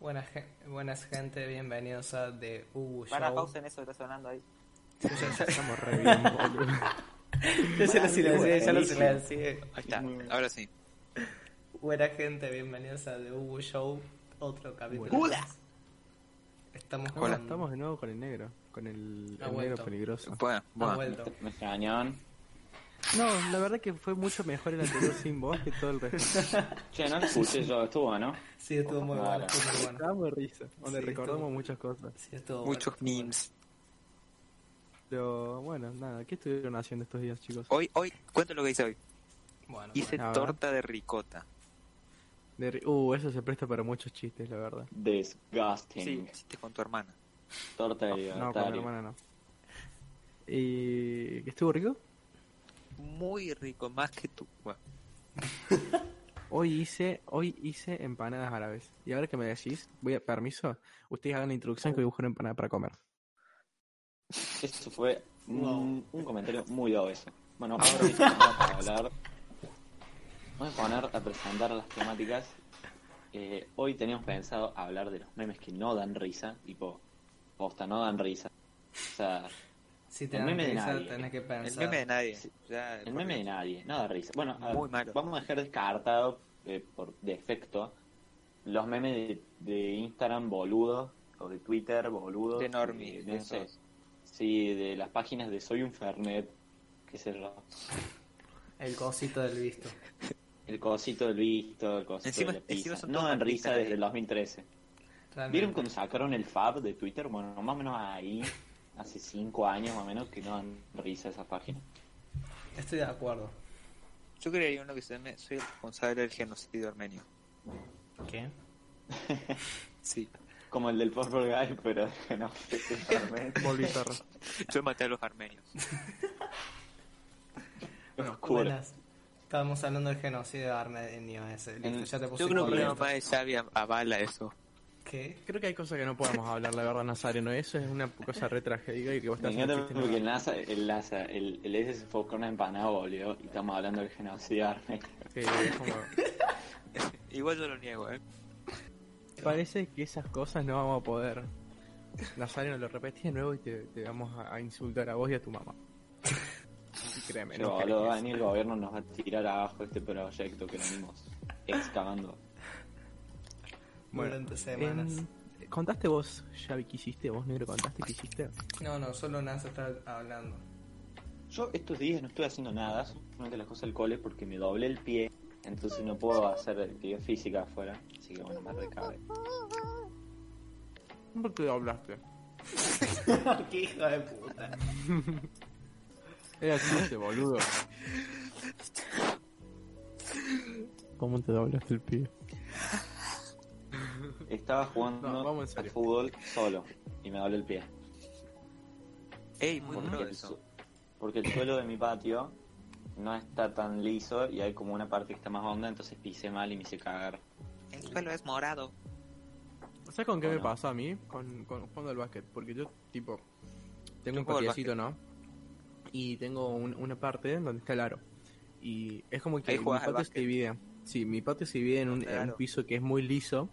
Buenas, gen- buenas gente, bienvenidos a The Ubu Show. Para pausa en eso que está sonando ahí. Estamos re bien, boludo. Ya se lo silencié, ya lo silencié. Ahí está, ahora sí. Buena gente, bienvenidos a The Ubu Show, otro capítulo. Hola. más. Estamos con... Hola. Estamos de nuevo con el negro, con el, Ha el vuelto. negro peligroso. Bueno, Ha bueno. vuelto. Me extrañaron. No, la verdad que fue mucho mejor el anterior sin vos que todo el resto. Che, no lo escuché yo, estuvo, ¿no? Sí, estuvo muy bueno, estuvo muy bueno. Estábamos de risa, donde Sí, recordamos estuvo- muchas cosas. Sí, estuvo bueno, Muchos estuvo bueno. memes. Pero bueno, nada, ¿qué estuvieron haciendo estos días, chicos? Hoy, hoy, cuento lo que hice hoy. Bueno, Hice A ver. torta de ricota. De ri- uh, eso se presta para muchos chistes, la verdad. Sí, Disgusting. hiciste con tu hermana. Torta de No, con mi libertario. hermana no. ¿Y qué estuvo rico? Muy rico, más que tú. Bueno, Hoy hice, hoy hice empanadas árabes. Y ahora que me decís, voy a permiso, ustedes hagan la introducción que voy a buscar una empanada para comer. Eso fue un, un comentario muy obeso. Bueno, ahora Ahora- sí, vamos a hablar. Vamos a poner a presentar las temáticas. Eh, hoy teníamos pensado hablar de los memes que no dan risa, tipo, posta, no dan risa. O sea, si te El dan meme de risa, nadie. tenés que pensar. el meme de nadie. Ya, El meme de nadie, no da risa. Bueno, a ver, Muy malo. vamos a dejar descartado eh, por defecto los memes de, de Instagram boludo o de Twitter boludo. De normies, de de ese- esos. sí, de las páginas de Soy un Fernet, qué sé yo. El cosito del visto. El cosito del visto, el cosito Encima- de la encima pizza. son No todos dan artistas risa de- desde el 2013. ¿Vieron cuando sacaron el Fab de Twitter? Bueno, más o menos ahí, hace cinco años más o menos, que no dan risa esas páginas. Estoy de acuerdo. Yo creería uno que se llame Soy el responsable del genocidio armenio. ¿Qué? Sí. Como el del Purple Guy, pero no sé si Fernet. Volví zorro. Yo maté a los armenios. Oscuro. Buenas. Estábamos hablando del genocidio armenio ese. Listo, En- ya te puse Yo creo que la contento. mamá de Xavi av- avala eso. ¿Qué? Creo que hay cosas que no podemos hablar, la verdad, Nazareno. Eso es una cosa re tragédica y que vos estás Me haciendo encanta chistes, porque ¿no? el NASA, el NASA, el, el ese se fue con una empanada, boludo, y estamos hablando del genocidio armenio. Sí, es como- Igual yo lo niego, ¿eh? Parece que esas cosas no vamos a poder. Nazareno, lo repetís de nuevo y te, te vamos a, a insultar a vos y a tu mamá. Y créeme, Pero no boludo, crees. Dani, el gobierno nos va a tirar abajo este proyecto que venimos excavando. Durante semanas. em, ¿Contaste vos, Xavi, qué hiciste? ¿Vos, negro, contaste qué hiciste? No, no, solo NASA está hablando. Yo estos días no estoy haciendo nada, solamente las cosas del cole porque me doblé el pie, entonces no puedo hacer actividad física afuera, así que bueno, me recabe. ¿Por qué hablaste? Qué hijo de puta. Era chiste, boludo. ¿Cómo te doblaste el pie? Estaba jugando No, vamos en al serio. fútbol solo y me doblé el pie. Ey, muy Porque, bueno el, su- eso. porque el suelo de mi patio no está tan liso y hay como una parte que está más honda, entonces pisé mal y me hice cagar. El suelo es morado. ¿Sabes con qué me Bueno. pasó a mí? Con, con jugando al básquet. Porque yo, tipo, tengo Yo un juego al patiecito, ¿no? Y tengo un- una parte donde está el aro. Y es como que Ahí mi jugás al patio se básquet. divide. Sí, mi patio se divide en un, Contra el en un aro. piso que es muy liso,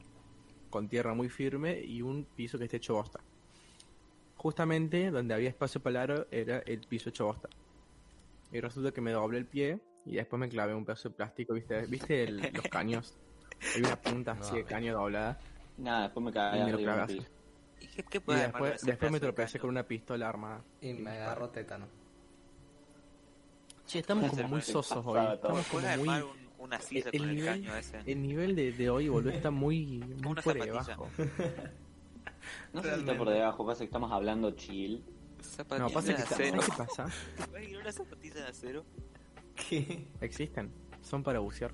con tierra muy firme, y un piso que está hecho bosta. Justamente donde había espacio para el aro era el piso hecho bosta. Y resulta que me doblé el pie y después me clavé un pedazo de plástico, ¿viste? ¿Viste el- los caños? Hay una punta así de caño doblada. Nada, después me Y cagué me lo arriba de un clavaste. piso. ¿Y qué, qué Y puede armar después, ese después me pedazo de tropecé caño? con una pistola armada. Y me agarró tétano. Che, estamos como muy sosos hoy. Estamos como ¿Puede armar muy... un- una silla el con el nivel- caño ese? El nivel de, de hoy, boludo, está muy, muy Una por zapatilla. debajo. No sé si está por Realmente. debajo, pasa que estamos hablando chill. No, Zapatillas pasa de que... acero. ¿Sabes qué pasa? Güey, una zapatilla de acero. ¿Qué? Existen. Son para bucear.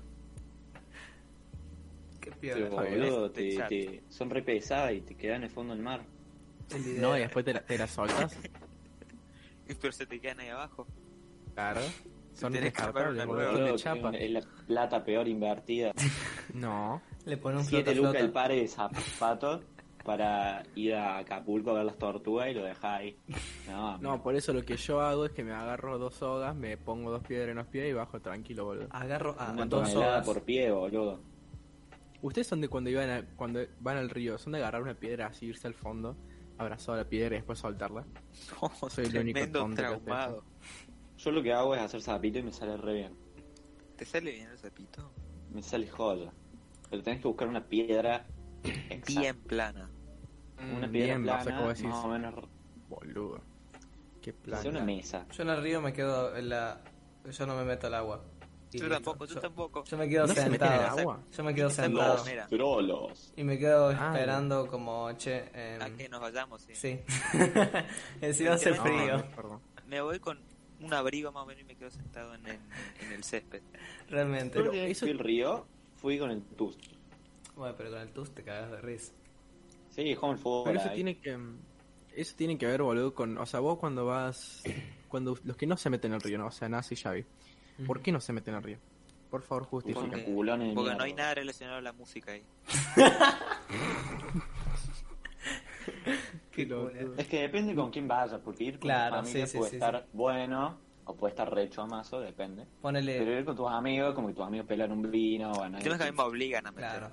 Qué Pero, piola. boludo, te, Exacto. te- son re pesadas y te quedan en el fondo del mar. El video. No, y después te la, te la soltas. Y Pero se te quedan ahí abajo. Claro. Son Tenés que armar una descartables, boludo. Son Boludo, de que chapa. es la plata peor invertida. No. Le pone un flota, Siete lucas el flota. par de zapatos para ir a Acapulco a ver las tortugas y lo dejáis. No, No, por eso lo que yo hago es que me agarro dos sogas, me pongo ah, dos piedras en los pies y bajo tranquilo, boludo. Agarro a una dos tonelada horas. por pie, boludo. ¿Ustedes son de cuando iban a- cuando van al río? ¿Son de agarrar una piedra así, irse al fondo, abrazar la piedra y después soltarla? No, Soy el único tremendo tonto que hace traumado. Yo lo que hago es hacer zapito y me sale re bien. ¿Te sale bien el sapito? Me sale joya. Pero tenés que buscar una piedra exacta. Bien plana. Una Mm, piedra bien, o sea, plana, como decís, más o menos. boludo. Qué que sea plan. una mesa. Yo en el río me quedo en la. Yo no me meto al agua. Y Yo listo. tampoco, yo tampoco. Yo me quedo ¿No se meten sentado. al agua? Yo me quedo Está en sentado. bombera. Trolos. Y me quedo Ah, esperando como, che. em, A que nos vayamos, sí. Sí. Encima hace No, frío. no, perdón. Me voy con un abrigo más o menos y me quedo sentado en el, en el césped. Realmente. Pero eso... eso- Fui al río, fui con el tus. Bueno, pero con el tus te cagas de risa. Sí, dejamos el fútbol. Pero eso ahí. tiene que. mm, Eso tiene que ver, boludo, con. O sea, vos cuando vas. Cuando los que no se meten al río, ¿no? O sea, Nazi y Xavi. ¿Por qué no se meten al río? Por favor, Porque, justifica. culones de Porque mierda. no hay nada relacionado a la música ahí. Qué Lo- culo. Es que depende con quién vayas, porque ir con Claro, tu familia sí, sí, puede sí, estar bueno o puede estar recho amazo, depende. Eh. Pero Ponele. ir con tus amigos, como que tus amigos pelan un vino, bueno. El tema es que a mí me obligan a meterme. Claro.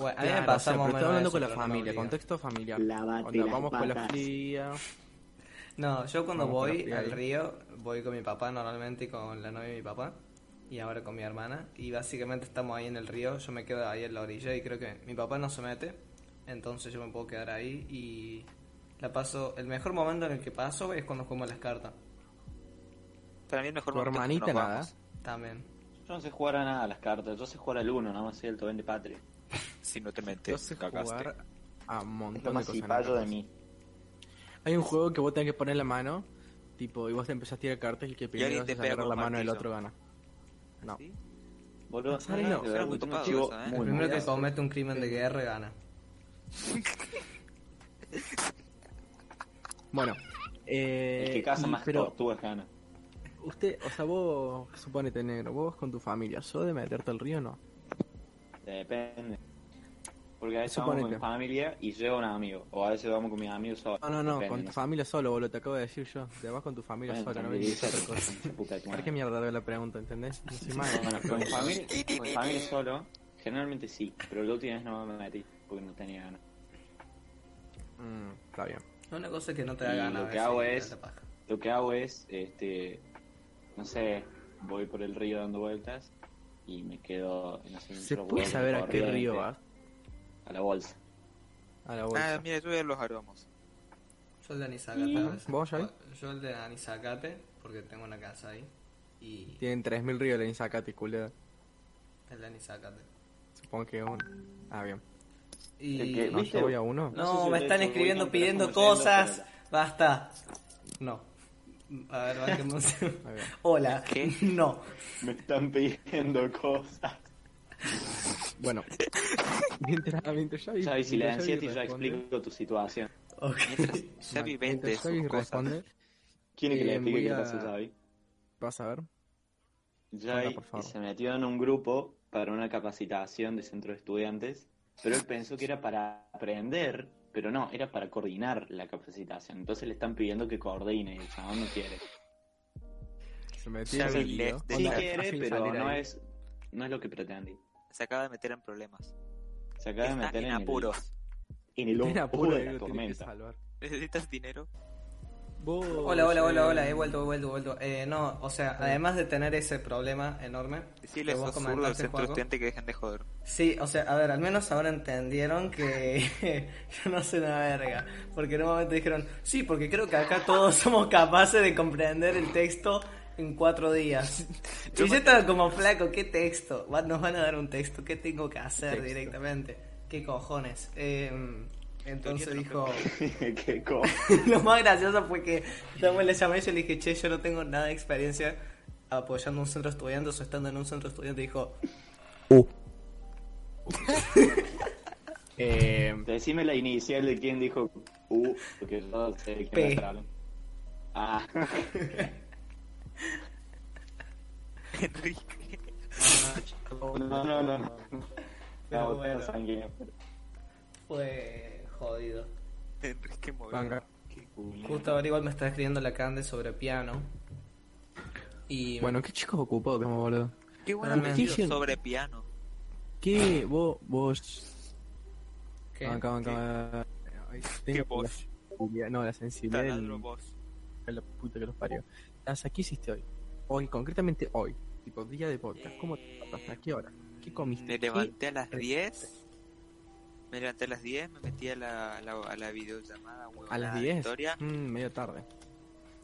Bueno, a mí me Este, Claro, pasa o más sea, o pero menos estoy hablando eso, con la pero no me familia, obliga. contexto familiar. Lávate Onda, las vamos con la patas. fría. No, yo cuando Vamos con la voy fría al ahí. río, voy con mi papá normalmente y con la novia de mi papá. Y ahora con mi hermana. Y básicamente estamos ahí en el río. Yo me quedo ahí en la orilla y creo que mi papá no se mete. Entonces yo me puedo quedar ahí y la paso. El mejor momento en el que paso es cuando jugamos las cartas. Para mí el mejor Tu momento es cuando hermanita nos nada. vamos. También. Yo no sé jugar a nada a las cartas, yo sé jugar al uno, nada más soy el tobente patria. Si no te Yo metes, sé cagaste. jugar a un Es lo montón de más cosas. cipallo de natas. mí. Hay un juego que vos tenés que poner la mano, tipo, y vos te empezás a tirar cartas y el que primero alguien te se pega agarra con la un mano del martillo. otro gana. No. ¿Sí? Boludo, No, no, de no, verdad, muy tengo un topado chivo eso, ¿eh? muy el primero que molesto. comete un crimen de guerra gana. Bueno, eh, El que casa y- más pero tortugas gana. usted, o sea, vos suponete negro, vos con tu familia, ¿sos de meterte al río o no? Depende. Porque a veces vamos Suponete. con mi familia y llevo a un amigo. O a veces vamos con mis amigos solos. No, no, no, Depende, con tu familia solo, boludo, te acabo de decir yo. Te vas con tu familia Bueno, solo, no me también digas otra dice- cosa. puta ¿Para que qué madre. mierda veo la pregunta, entendés? No soy malo. Bueno, con mi familia, con mi familia solo, generalmente sí. Pero la última vez no me metí porque no tenía ganas. Mm, está bien. Una cosa es que no te Y da lo ganas. a que veces, hago y te es- da paja. Lo que hago es, este, no sé, voy por el río dando vueltas y me quedo, no sé, ¿Se yo puede voy saber a qué corriente, río vas? A la bolsa. A la Ah, bolsa. mira, yo voy a los aromos. Yo el de Anisacate a veces. ¿Vos, Javi? Yo el de Anisacate, porque tengo una casa ahí. Y Tienen 3.000 ríos de Inzacate, culeda. el de Anisacate. Supongo que uno. Ah, bien. El Y... que- No, ¿viste? yo voy a No, uno. sé si me lo he están hecho, escribiendo voy a pidiendo entrar como yendo, cosas. Basta. No. A ver, bajemos. Ahí va. Hola. ¿Qué? No. pero Me están pidiendo cosas. Bueno, mientras, mientras Xavi. Sabes, mientras silenciate y yo responde- explico tu situación. Ok. Mientras Xavi vende mientras Xavi sus cosas. responde, ¿Quién es que le Eh, explique voy qué a- pasó, Xavi? vas a ver. Jai por favor. se metió en un grupo para una capacitación de centro de estudiantes, pero él pensó que era para aprender, pero no, era para coordinar la capacitación. Entonces le están pidiendo que coordine y el chabón no quiere. Se metió en Xavi el lío. left. Sí Onda, quiere, fácil pero salir no ahí. es, no es lo que pretendí. Se acaba de meter en problemas. Se acaba de Está meter en en, apuros. El, en el Era ojo puro de la negro, tiene que tormenta. salvar. ¿Necesitas dinero? Vos, Hola, hola, hola, hola. He eh, vuelto, he vuelto, he vuelto. Eh, no, o sea, además de tener ese problema enorme. Decirle a que vos esos zurdos del comentaste, centro Juaco. estudiante que dejen de joder. Sí, o sea, a ver, al menos ahora entendieron que yo no soy una verga. Porque en un momento dijeron, sí, porque creo que acá todos somos capaces de comprender el texto en cuatro días. Y yo estaba como flaco, ¿qué texto? Va- Nos van a dar un texto, ¿qué tengo que hacer Texto. directamente? ¿Qué cojones? Eh, entonces Teoría de dijo, los Qué cosa. lo más gracioso fue que yo me le llamé y yo le dije, che, yo no tengo nada de experiencia apoyando un centro estudiante o estando en un centro estudiante. Y dijo, eh, Decime la inicial de quién dijo U, porque yo sé de P. quién me hablan. Ah, Enrique. no, no, no. no. Pero No, bueno. no saben quién es. fue jodido. Enrique Moreno. Banca. Justo ahora igual me está escribiendo la Cande sobre piano. Y Bueno, qué chicos ocupados que somos, boludo. Qué buen Realmente. apellido sobre piano. ¿Qué? Vos, vos. ¿Qué? Banca, banca. Ay, ¿Qué tengo vos? la sensibilidad- no, la sensibilidad del- Taladro vos. de la puta que los parió. Lanza, ¿qué hiciste hoy? Hoy, concretamente hoy. Tipo, día de podcast. ¿Cómo Eh, te pasaste? ¿A qué hora? ¿Qué comiste? Me ¿Qué- levanté a las 10. Me levanté a las 10, me metí a la, a la, a la videollamada. A huevonada las de 10. Historia. Mm, medio tarde.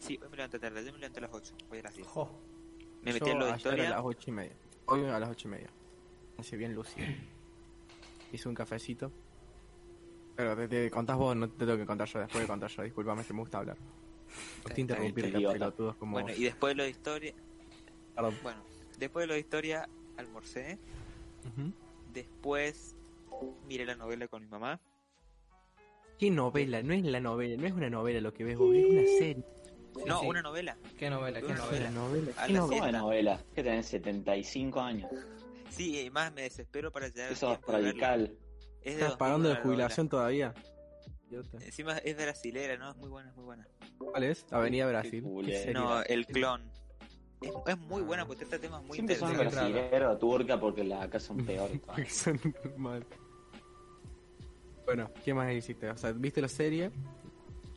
Sí, hoy me levanté tarde, yo me levanté a las 8. Voy a las 10. Jo. Me metí Yo a lo de ayer historia. a las ocho y media. Hoy a las ocho y media. Así bien lucido. Hice un cafecito. Pero te, te contás vos, no te tengo que contar yo después de contar yo. Disculpame, que me gusta hablar. No te bien, interrumpir, está bien, idiota. pelotudos como... Bueno, y después de lo de historia. Perdón. Bueno, después de lo de historia, almorcé. Ujú. Después miré la novela con mi mamá. ¿Qué novela? No es la novela, no es una novela lo que ves vos, es una serie. no, sí. una novela. ¿Qué novela? ¿Qué Una novela? Una novela. A ¿Qué la novela? Ah, ¿Cómo de siesta. novela? Que tenés 75 años. Sí, y más me desespero para llegar al Eso es tiempo de verla. radical. Es de ¿Estás 2001 pagando la novela. jubilación todavía? Idiota. Encima es brasilera, ¿no? Es muy buena, es muy buena. ¿Cuál es? Avenida Brasil. Qué ¿Qué culero. serie? No, el clon. Es, es muy buena porque trata temas muy Siempre son interesantes. interesante. brasileros o turca porque las acá son peores. Porque son mal. Bueno, ¿qué más hiciste? O sea, ¿viste la serie?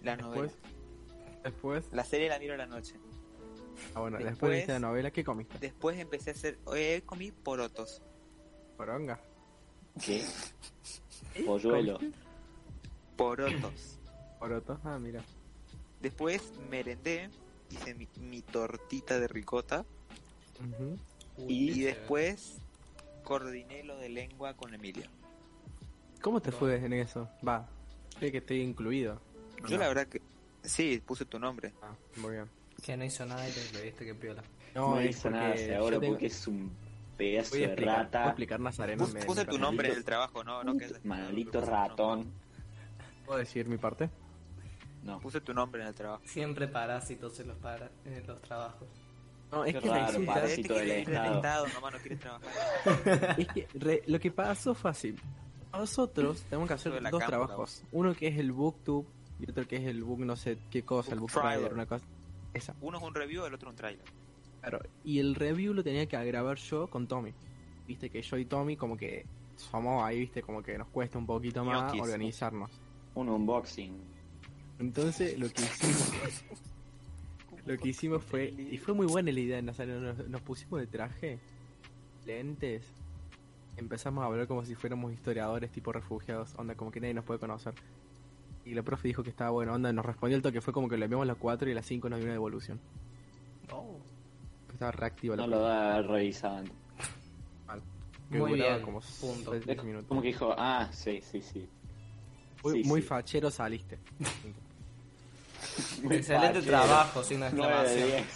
La novela. Después. Después. La serie la miro a la noche. Ah, bueno, después, Después- viste la novela. ¿Qué comiste? Después empecé a hacer. Hoy comí porotos. Poronga. ¿Qué? Polluelo. Porotos. Poroto. Ah, mira. Después merendé. Hice mi, mi tortita de ricota. Ujú. Y- Y después coordiné lo de lengua con Emilio. ¿Cómo te fue en eso? Va. Sé que estoy incluido. Yo No. la verdad que. Sí, puse tu nombre. Ah, muy bien. Que no hizo nada y te entrevista que piola. No, es hizo nada porque seguro yo tengo- porque es un pedazo Voy a de explicar, voy a rata. explicar Nazareno. Puse, me- puse tu me permite. nombre en el trabajo, ¿no? no que- Maldito puse tu nombre. ratón. ¿Puedo decir mi parte? No. Puse tu nombre en el trabajo. Siempre parásitos en los, para- en los trabajos. No, es Qué que la raro, hiciste- parece. Te Parásito del quieres ir del Estado. Estado, nomás no quieres trabajar. Es que re- lo que pasó fue así. Nosotros tenemos que hacer Sobre dos la cámara, trabajos. Uno que es el booktube y otro que es el book no sé qué cosa, el book Booktrider. Rider, una cosa. Esa, Uno es un review, el otro un trailer. claro. Y el review lo tenía que grabar yo con Tommy. Viste que yo y Tommy como que somos ahí, viste, como que nos cuesta un poquito más Ñoquis. organizarnos. Un unboxing. Entonces lo que hicimos lo que hicimos fue y fue muy buena la idea Nazareno nos, nos pusimos de traje lentes empezamos a hablar como si fuéramos historiadores tipo refugiados onda como que nadie nos puede conocer y la profe dijo que estaba bueno onda nos respondió el toque fue como que le enviamos las 4 y a las 5 nos dio una devolución Oh. estaba reactiva la No lo profe, da revisado antes. que Muy duraba bien, como punto. seis Es minutos. Como que dijo, ah, sí, sí, sí. muy, Sí, muy sí. fachero saliste Muy Excelente fachero. trabajo, sin Nueve de exclamación. diez.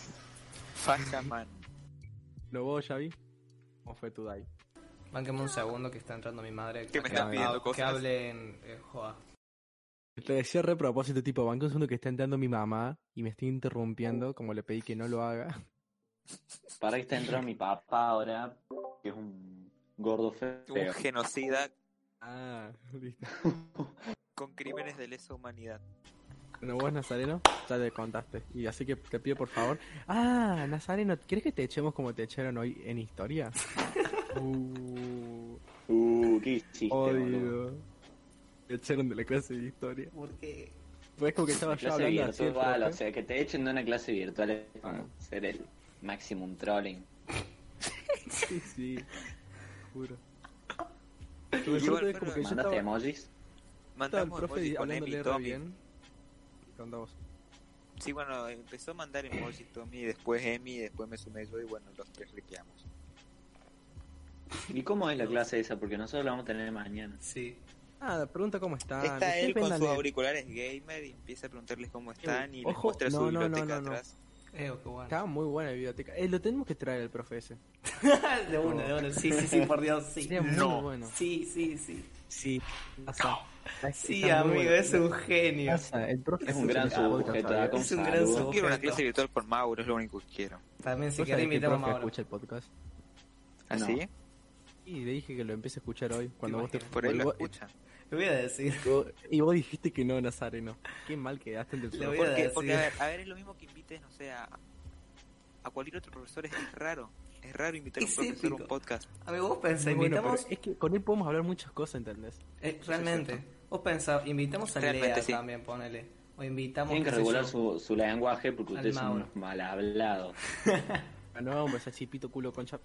Faja man. ¿lo vos Javi? ¿cómo fue tu day? Bánqueme un segundo que está entrando mi madre. Que me está pidiendo ha- cosas. Que hable en eh, Joa. Te decía re a propósito, tipo, banco un segundo que está entrando mi mamá y me estoy interrumpiendo, como le pedí que no lo haga. Para que está entrando mi papá ahora, que es un gordo Un feo. genocida Ah, listo. con crímenes de lesa humanidad. Bueno, vos, Nazareno, ya te contaste. Y así que te pido por favor. Ah, Nazareno, ¿quieres que te echemos como te echaron hoy en historia? uh, Uh, qué hiciste, Oh, boludo. odio. Me echaron de la clase de historia. Porque Pues como que estaba yo Clase hablando así. del virtual, o profe. Ah. sea, que te echen de una clase virtual es como ser el maximum trolling. Sí, sí. Juro. Igual, Resulta que pero como que yo ¿Mandaste estaba- emojis? estaba el Mandamos profe emojis con hablándole Emi re Tommy. bien. Contá vos. Sí, bueno, empezó a mandar emojis Tommy, después Emi, después me sumé yo y bueno, los tres ripiamos. ¿Y cómo es la clase esa? Porque nosotros la vamos a tener mañana. sí. Nada, pregunta cómo están. Está ustedes él con vendan sus de- auriculares gamer y empieza a preguntarles cómo están y les Ojo, muestra su no, no, no, biblioteca no, no. atrás. Eo, qué bueno. Estaba muy buena la biblioteca. Eh, lo tenemos que traer al profe ese. de una, de una. Sí, sí, sí, por Dios, sí. Sería muy No. bueno. Sí, sí, sí. Sí. Sí, amigo, es un genio. El profe Es un gran sujeto. ¿eh? da con Es un gran saludos. sujeto. Quiero una Perfecto. clase virtual con Mauro, es lo único que quiero. También si Si querés invitamos a Mauro. escucha el podcast. ¿Así? Y le dije que lo empiece a escuchar hoy. Cuando vos te imaginas? Por él lo vos- escucha. Le voy a decir. y vos- Y vos dijiste que no, Nazareno. Qué mal quedaste en el Le voy profe. a Porque, decir. porque a, ver, a ver, es lo mismo que invites, no sé, a, a cualquier otro profesor, es raro. Es raro invitar a un Es profesor a un épico. podcast. A ver, vos pensá, Muy bueno, invitamos. pero es que con él podemos hablar muchas cosas, ¿entendés? eh, realmente, vos pensá, invitamos a Realmente Lea sí. también, ponele. O invitamos. Tienen que qué sé regular yo. su, su lenguaje porque Al ustedes son Mauro. unos mal hablados. Ah, no, hombre, ese chipito culo concha.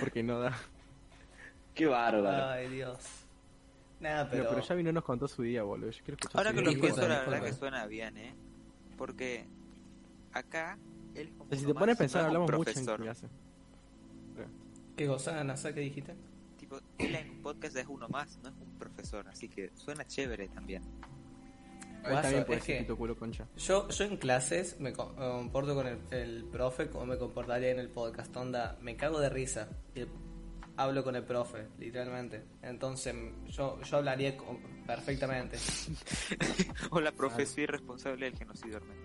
Porque no da. Qué bárbaro. Ay, Dios. Nada, Pero... pero. No, pero Xavi no nos contó su día, boludo. Yo quiero escuchar Ahora su que sí, lo día. disculpa, pienso, la verdad disculpa. que suena bien, ¿eh? Porque acá él es como Si uno te pones a más, pensar, no es un hablamos mucho en profesor. clase. ¿Qué gozada, NASA, qué dijiste? Tipo, él en un podcast es uno más, no es un profesor. Así que suena chévere también. Ahí Guaso, también puede es que- ser pito culo concha. Yo, yo en clases me co- me comporto con el, el profe como me comportaría en el podcast. Onda, me cago de risa. Y hablo con el profe, literalmente. Entonces, yo, yo hablaría co- perfectamente. O la profesora irresponsable del genocidio armenio.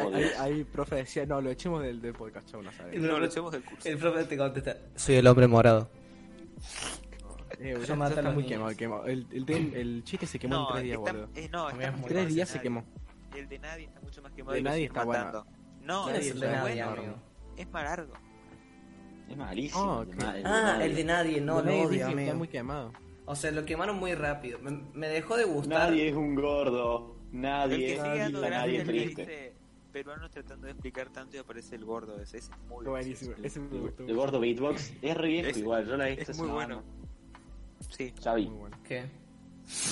Oh, Ahí, Dios. ahí, profe decía, no, lo echemos del, del podcast, chau, no Eh, sabes. No, lo echemos del curso. El profe te contesta: Soy el hombre morado. Eh, ya- Yo ya mato a está los muy niños. quemado, quemado. El, el, tem- el chiste se quemó en tres días, está- boludo. eh, no, También está es muy mucho Tres más días se quemado. quemó. El de nadie está mucho más quemado. De y lo nadie siguen está bueno. matando. No, ¿Quién Nadie es ese el es de está bueno. nadie, bueno. amigo? Es más largo. Es malísimo. Ah, el ok. ma- el de Ah, nadie. el de nadie, no, lo Nadie dice odio, que Está amigo. muy quemado. O sea, lo quemaron muy rápido. Me, me dejó de gustar. Nadie es un gordo. El Nadie que es sigue dando nadie, nadie gracias es le triste. dice peruanos tratando de explicar tanto y aparece el gordo. Ese, ese es muy Qué buenísimo. gracioso. Ese me gustó. El gordo beatbox es re viejo Ese- igual. Yo la he visto Es hace muy una bueno. banda. Sí. Xavi, Muy bueno. ¿Qué?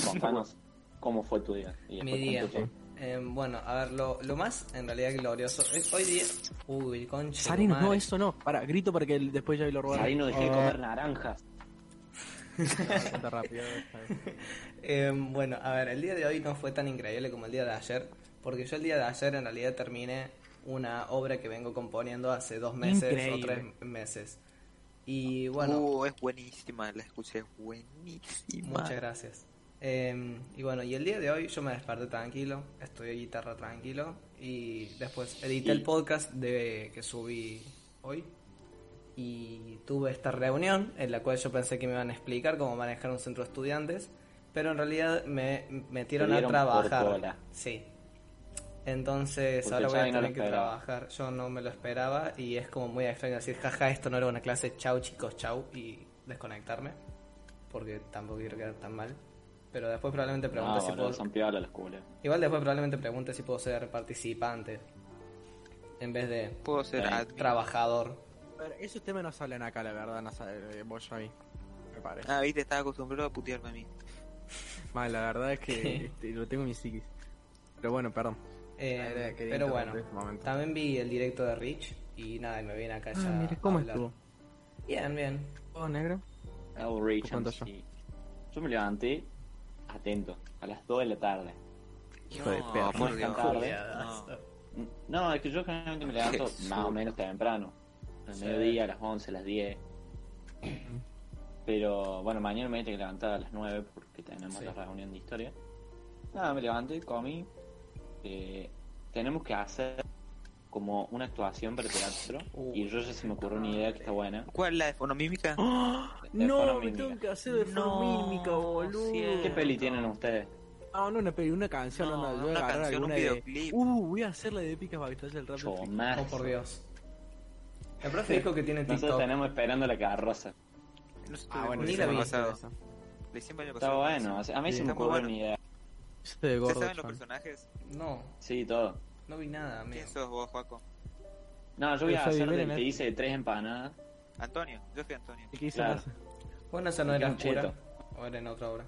contanos cómo fue tu día. Y Mi después día. cuento yo. Eh, bueno, a ver, lo, lo más en realidad glorioso es hoy día. Uy, concha. de Sarino, no, madre. eso no. Para, grito para que el- después Xavi lo roba. Ahí no dejé de comer naranjas. No, cuenta rápido. está bien. Eh, bueno, a ver, el día de hoy no fue tan increíble como el día de ayer, porque yo el día de ayer en realidad terminé una obra que vengo componiendo hace dos meses o Increíble. tres meses. Y bueno, Uh, es buenísima, la escuché, es buenísima. muchas gracias. Eh, y bueno, y el día de hoy yo me desperté tranquilo, estudié guitarra tranquilo y después edité el podcast de que subí hoy y tuve esta reunión en la cual yo pensé que me iban a explicar cómo manejar un centro de estudiantes, pero en realidad me metieron Te a dieron por trabajar. cola. Sí. Entonces Porque ahora voy a Xavi no tener lo que esperaba. trabajar. Yo no me lo esperaba y es como muy extraño decir, jaja, esto no era una clase, chau chicos, chau y desconectarme, porque tampoco quiero quedar tan mal. Pero después probablemente pregunte No, si boludo, puedo... Ah, son piola los culos. Igual después probablemente pregunte si puedo ser participante en vez de Puedo ser Ahí. admin. trabajador. Pero esos temas no salen acá, la verdad, no sale, eh, vos, Xavi. Me parece. Ah, viste, estaba acostumbrado a putearme a mí. Mal, la verdad es que este, lo tengo en mi psiquis. Pero bueno, perdón. Eh, La idea que quería pero interrumpir bueno, este momento. también vi el directo de Rich y nada, y me vine acá ya. Ah, mira, ¿cómo a hablar. estuvo? Bien, bien. ¿Todo negro? Hago reach ¿Cuánto and yo? see. Yo me levanté atento, a las 2 de la tarde. Hijo de No, perra. por Muy Dios. tarde. Culiadas. N- No, es que yo generalmente me levanto Jesús. más o menos temprano. Al Sí. mediodía, a las 11, a las 10. Pero bueno, mañana me tengo que levantar a las 9 porque tenemos Sí. la reunión de historia. Nada, me levanté, comí. Eh, tenemos que hacer como una actuación para teatro. Uy, y yo ya se me ocurrió una idea que está buena. ¿Cuál? ¿La de fonomímica? Ah, ¡Ah! No, forma me tengo mímica. que hacer de forma No, mímica, boludo. Ah, cierto. ¿Qué peli tienen ustedes? No, no una peli, una canción, No, onda, yo una voy a agarrar canción, un alguna de... videoclip. Uh, voy a hacerle de picas para que te haya el rap. de Flick. Chomazo. Oh, por Dios. El profe dijo que tiene Ah, Nosotros TikTok. tenemos esperando la carroza. No sé, Ah, de bueno, Ni ni la julio la del año vi. pasado. Eso Diciembre del año Está pasado. bueno, o sea, a mí Sí, se me está muy ocurrió bueno. una idea. Ese de ¿Ustedes gordo, saben los chaval. personajes? No, Sí, todo. no vi nada, amigo. ¿Quién sos vos, Juaco? No, yo voy Pero a Fabi, miren hacer del que ¿eh? esto. hice tres empanadas. Antonio, yo fui Antonio. ¿Y qué hizo Claro. Nasa? Vos Nasa no eras Qué cura. O era en otra obra.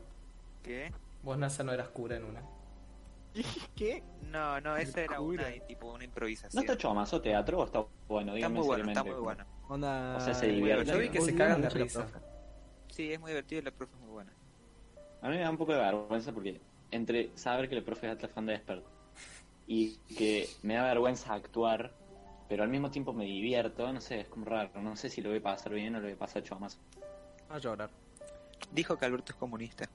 ¿Qué? Vos Nasa no eras cura en una. ¿Qué? No, no, esa era Locura. una, eh, tipo, una ¿No improvisación. está chomazo teatro o está bueno? Está Dígame muy bueno, está seriamente. muy bueno. Onda... O sea, se divierte. Yo vi que se Odiamos cagan de mucho la risa. profe. Sí, es muy divertido y la profe es muy buena. A mí me da un poco de vergüenza porque entre saber que el profe es alta fan de Despert y que me da vergüenza actuar, pero al mismo tiempo me divierto, no sé, es como raro. No sé si lo voy a pasar bien o lo voy a pasar chomazo. A llorar. Dijo que Alberto es comunista.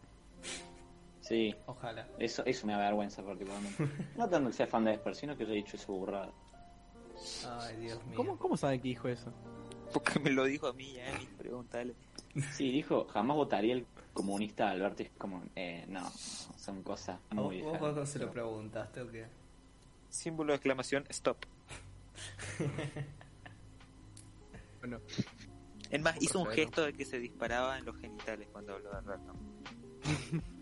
Sí, Ojalá. eso, eso me da vergüenza particularmente. no tanto que sea fan de Despert, sino que yo he dicho eso burrado. Ay, Dios mío. ¿Cómo, ¿Cómo sabe que dijo eso? Porque me lo dijo a mí, ya, ni pregúntale. Sí, dijo, jamás votaría el comunista Alberto. y Es como, eh, no, son cosas ¿A vos, muy vos, diferentes. Juaco, se lo preguntaste o qué? Símbolo de exclamación, stop. Bueno, Es más, hizo un Grosero. gesto de que se disparaba en los genitales cuando habló de Alberto. Re-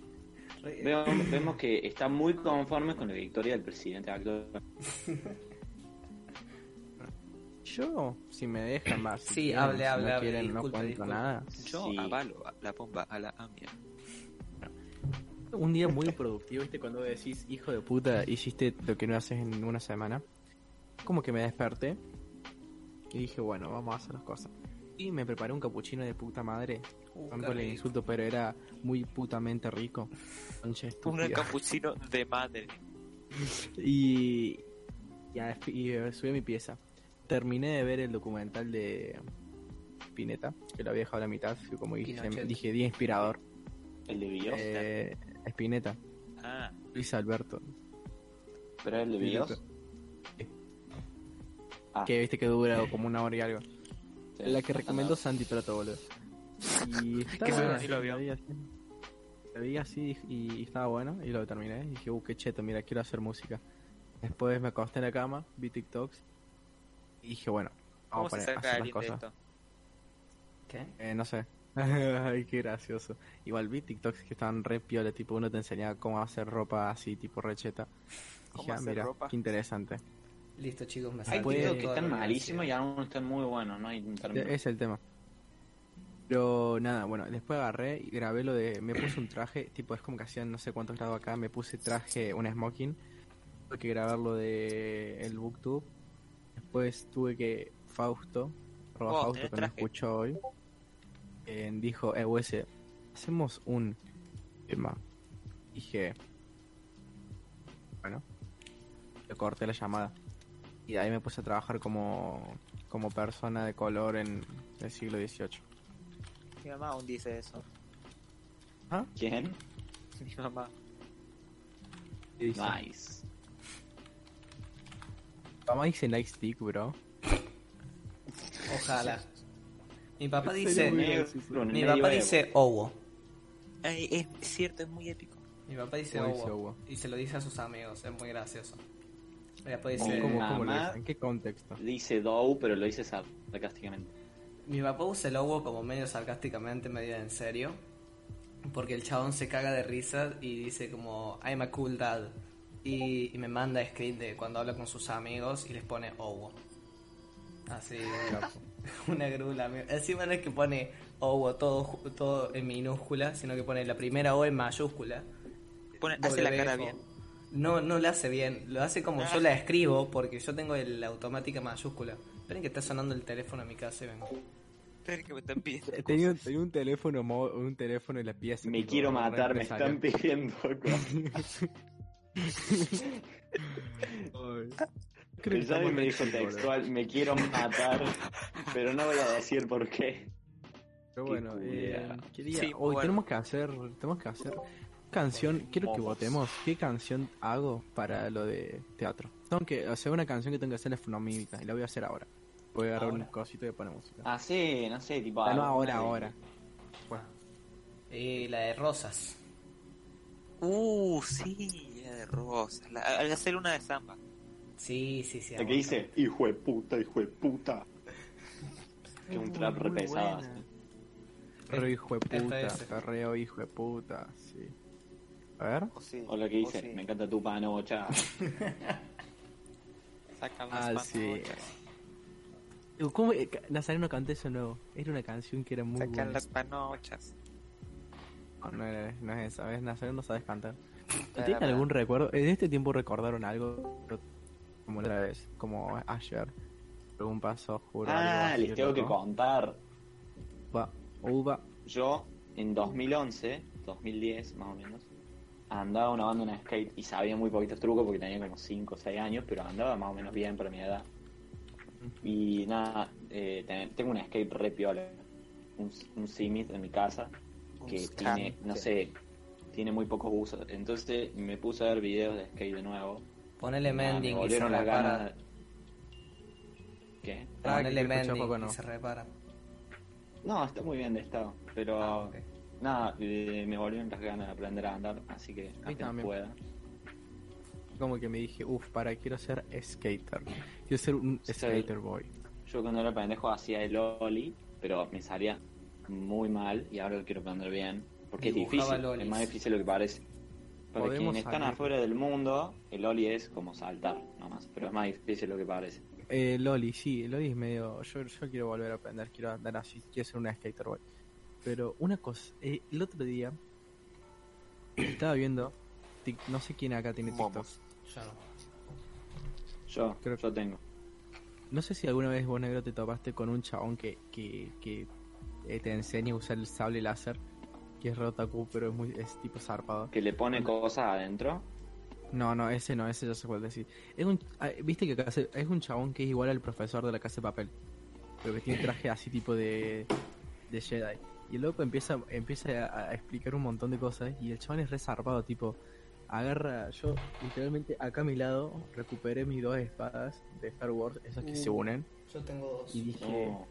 Veo- vemos que está muy conforme con la victoria del presidente actual. yo, si me dejan más. si Sí, quieren, hable, si hable, no hable, quieren, disculpe, no cuento disculpe. nada. Yo Sí. avalo a la bomba a la AMIA. Un día muy productivo, ¿viste? Cuando decís, hijo de puta, hiciste lo que no haces en una semana. Como que me desperté. Y dije, bueno, vamos a hacer las cosas. Y me preparé un capuchino de puta madre. Uh, Tanto qué le rico. insulto, pero era muy putamente rico. Concha Un estúpida. capuchino de madre. Y, y, a- y, eh, subí a mi pieza. Terminé de ver el documental de Pineta, que lo había dejado a la mitad, fue como dije, Pinochet. dije día inspirador. El de Bios. Eh, Spinetta, Ah, Luis Alberto. pero el de Bios. Ah, Que viste que dura como una hora y algo. sí. La que recomiendo Santi Prato, boludo. Y estaba bueno, bueno, sí lo vio. la vi así. La vi así y, y estaba bueno y lo terminé. Y dije, uh, qué cheto, mira, quiero hacer música. Después me acosté en la cama, vi TikToks. Y dije, bueno, ¿cómo vamos a se poner a saca hacer las alguien de cosas. esto? ¿Qué? Eh, no sé. Ay, qué gracioso. Igual vi TikToks que estaban re piola, tipo uno te enseñaba cómo hacer ropa así, tipo recheta. ¿Cómo Dije, ah, hacer mira, ropa? qué interesante. Listo, chicos, me Hay salté puede- toda TikTok que la están universidad. malísimos y algunos están muy buenos, no hay un término. E Es el tema. Pero nada, bueno, después agarré y grabé lo de. Me puse un traje, tipo, es como que hacían no sé cuántos grados acá. Me puse traje, un smoking. Tuve que grabar lo de. El Booktube. Después tuve que. Fausto, arroba Oh, tenés Fausto, que no traje. escuchó hoy. eh, dijo, eh, US, hacemos un. tema. Dije. Bueno. Le corté la llamada. Y de ahí me puse a trabajar como, como persona de color en el siglo XVIII. Mi mamá aún dice eso. ¿Quién? Mi mamá. Nice. Mamá dice nice dick, bro. Ojalá. Mi papá Sería muy dice. Negro, Mi medio papá emo. dice owo. Ay, es cierto, es muy épico. Mi papá dice Owo dice owo. owo. Y se lo dice a sus amigos, es muy gracioso. Y después Sí. dice. ¿Cómo, cómo lo Mamá. dice? ¿En qué contexto? Dice Dow, pero lo dice sarcásticamente. Mi papá usa el owo como medio sarcásticamente, medio en serio. Porque el chabón se caga de risa y dice como, I'm a cool dad. Y, y me manda screen de cuando habla con sus amigos y les pone owo. Así, una grula. amigo. Encima no es que pone owo todo, ju- todo en minúscula, sino que pone la primera O en mayúscula. Pone- hace la WFO. cara bien. No, no la hace bien. Lo hace como Ah. yo la escribo porque yo tengo el- la automática mayúscula. Esperen que está sonando el teléfono en mi casa y vengo. Esperen que me están pidiendo. Tenía, un- tenía un teléfono mo- un teléfono en la pieza. Me tipo, quiero matar, me represalia. están pidiendo cosas. Ay. Creo que El Xavi estamos me dijo en el fútbol, textual, me quiero matar, pero no voy a decir por qué. Pero Qué bueno, eh, culea. quería- Sí, hoy bueno. tenemos que hacer, tenemos que hacer canción, quiero que Momos. votemos qué canción hago para lo de teatro. Tengo que hacer una canción que tengo que hacer es fonomímica y la voy a hacer ahora. Voy a agarrar Ahora. unos cositos y poner música. Ah, sí, no sé, tipo... Ah, no, ahora, alguna de- ahora. Y la de rosas. Uh, sí, la de Rosa. La, al hacer una de samba. Sí, sí, sí. La que amor. dice, hijo de puta, hijo de puta. Que un trap Muy re pesado. buena. así. Re hijo de puta, FS. perreo hijo de puta, sí. A ver. O sí. O lo que dice, me encanta tu panocha. Saca más Ah, pan, sí. panochas. ¿Cómo? eh, ca- Nazareno canté eso nuevo. Era una canción que era muy Sacan buena. las panochas. No, no, no, no es esa, ¿ves? Nacer no sabes cantar. Para ¿Tienen nada. algún recuerdo? En este tiempo recordaron algo pero como la otra vez, como ayer. Algún paso, juro. Ah, les tengo que con contar. Uva, uva. Yo, en 2011, 2010 más o menos, andaba una banda en skate y sabía muy poquitos trucos porque tenía como 5 o 6 años, pero andaba más o menos bien para mi edad. Y nada, eh, ten- tengo un skate re piola, un, un Simit en mi casa, que Un tiene, can- no sé, tiene muy pocos usos. Entonces me puse a ver videos de skate de nuevo. Ponele Nada, "Ah, me mending y se volvieron las ganas. repara. ¿Qué? Ponele Ah, que escuché mending poco, y no. se repara. No, está muy bien de estado, pero... Ah, ok. Nada, eh, me volvieron las ganas de aprender a andar, así que apenas también. pueda. como que me dije, uff, para, quiero ser skater. Quiero ser un Sí. skater boy. Yo cuando era pendejo hacía el Oli, pero me salía muy mal y ahora lo quiero aprender bien. Porque es Dibujaba difícil, lolis. es más difícil de lo que parece. Para Podemos quienes están salir. afuera del mundo, el Oli es como saltar, nomás, pero es más difícil de lo que parece. Eh, Loli, sí, Loli es medio. Yo, yo quiero volver a aprender, quiero andar así, quiero ser una skater boy. Pero una cosa, eh, el otro día estaba viendo, Tik- no sé quién acá tiene TikTok. Momos. Yo no. Yo, Creo- yo tengo. No sé si alguna vez vos, negro, te topaste con un chabón que, que, que, eh, te enseña a usar el sable láser, que es Rotaku, pero es, muy, es tipo zarpado. Que le pone cosas adentro. No, no, ese no, ese ya se puede decir. Es un, ah, Viste que acá se- es un chabón que es igual al profesor de la casa de papel, pero que tiene traje así tipo de, de Jedi. Y el loco empieza, empieza a, a explicar un montón de cosas y el chabón es resarpado, tipo, agarra, yo literalmente acá a mi lado recuperé mis dos espadas de Star Wars, esas que se Uh. unen, Yo tengo dos. y dije... No.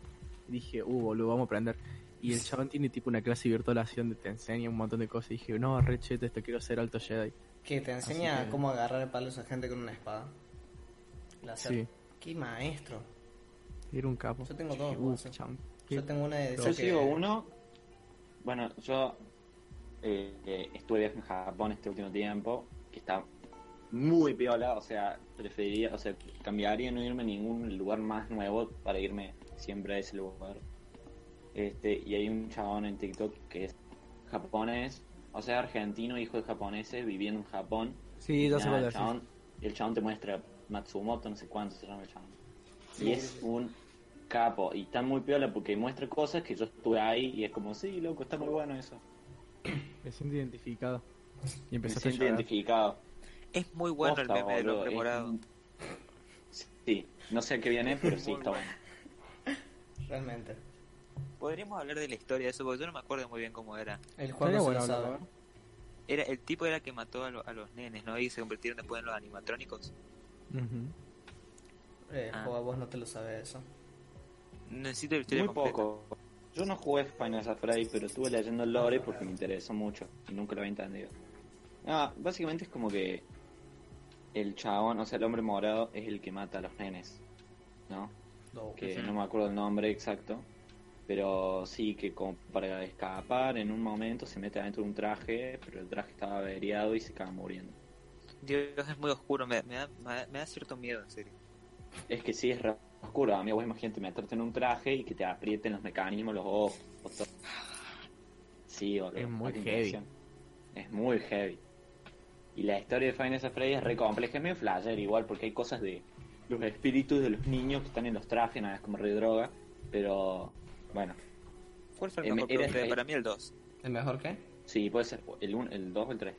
Y dije, uh, boludo, vamos a aprender. Y el chabón tiene tipo una clase virtual así donde te enseña un montón de cosas. Y dije, no, re cheto, esto quiero ser alto Jedi. Que te enseña Así que- cómo agarrar palos a gente con una espada. Láser. Sí. Qué maestro. Era un capo. Yo tengo Dije, dos, "Uh, guaso. chabón, Yo qué- tengo una de Yo Yo esas que- sigo uno. Bueno, yo eh, eh, estuve de viaje en Japón este último tiempo, que está muy piola, o sea, preferiría, o sea, cambiaría no irme a ningún lugar más nuevo para irme siempre a ese lugar. Este, y hay un chabón en TikTok que es japonés, o sea, argentino, hijo de japoneses, viviendo en Japón. Sí, ya Y se nada, puede el chabón, el chabón te muestra Matsumoto, no sé cuánto se llama el chabón. Y es un capo. Y está muy piola porque muestra cosas que yo estuve ahí y es como, sí, loco, está muy bueno eso. Me siento identificado. Y Me empezaste a siento llorar. identificado. Es muy bueno Posta, el meme del boludo, hombre es morado. un- Sí, no sé a qué viene, pero sí, está bueno. Realmente. Podríamos hablar de la historia de eso, porque yo no me acuerdo muy bien cómo era. El Estaría juego se bueno lo hablarlo, sabe. ¿eh? era El tipo era que mató a, lo- a los nenes, ¿no? Y se convirtieron después en los animatrónicos. Ujú. Eh, Ah. Joa, vos no te lo sabes eso. Necesito la historia Muy completa. poco. Yo no jugué Final Fantasy, pero estuve leyendo el lore porque me interesó mucho y nunca lo había entendido. Ah, básicamente es como que el chabón, o sea, el hombre morado es el que mata a los nenes, ¿no? No. que no me acuerdo el nombre exacto, pero sí que como para escapar en un momento se mete adentro de un traje, pero el traje estaba averiado y se acaba muriendo. Dios es muy oscuro, me, me da, me da- me da cierto miedo, en serio. Es que sí es re oscuro, amigo, vos imagínate meterte en un traje y que te aprieten los mecanismos, los ojos. todo. Sí, boludo, Es muy alta heavy. intención. Es muy heavy. Y la historia de Final Fantasy Freddy es re compleja, es medio flasher igual, porque hay cosas de los espíritus de los niños que están en los trajes, nada, es como re droga, pero bueno, ¿Cuál fue el Em, mejor era- producto? Para mí el 2. ¿El mejor qué? sí, puede ser el 1, el 2 o el 3.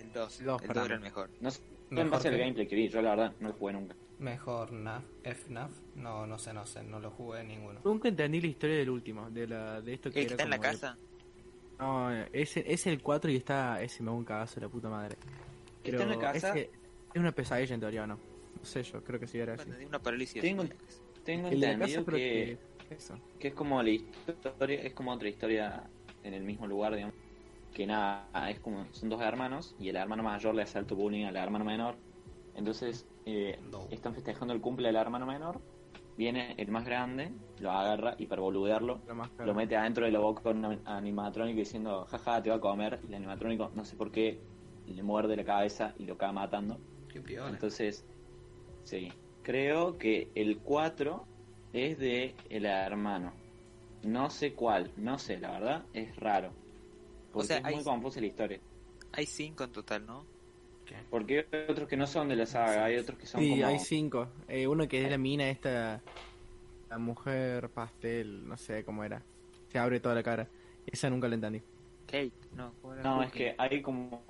El 2. El El dos 2 para mí. era el mejor. No sé, Mejor en base al que- gameplay que vi, yo la verdad no lo jugué nunca. Mejor NAF, FNAF. No, no sé, no sé. No lo jugué ninguno. Nunca entendí la historia del último, de, la, de esto que ¿El que está era en la como de- casa? No, ese es el 4 y está... Ese me da un cagazo de la puta madre. Pero ¿Está en la casa? ese- es una pesadilla en teoría, ¿o no? No sé yo, creo que sí era así. Bueno, tenía una parálisis. Tengo- en la casa. Tengo En la casa entendido creo que, que- Eso. que es como la historia, es como otra historia en el mismo lugar, digamos. Que nada, es como son dos hermanos y el hermano mayor le hace alto bullying al hermano menor. Entonces, eh, No. están festejando el cumple del hermano menor. Viene el más grande, lo agarra y para boludearlo La máscara. lo mete adentro de la boca con un animatrónico diciendo, jaja, te va a comer. Y el animatrónico, no sé por qué, le muerde la cabeza y lo acaba matando. Qué piola. Entonces, sí. Creo que el 4 es de el hermano. No sé cuál, no sé, la verdad, es raro. Porque sea, es hay- muy confusa la historia. Hay 5 en total, ¿no? Porque hay otros que no son de la saga, hay otros que son Sí, como... hay cinco. Eh, uno que es la mina esta, la mujer pastel, no sé cómo era. Se abre toda la cara. Esa nunca la entendí. Kate, no. ¿cómo era? No, Cookie. es que hay como,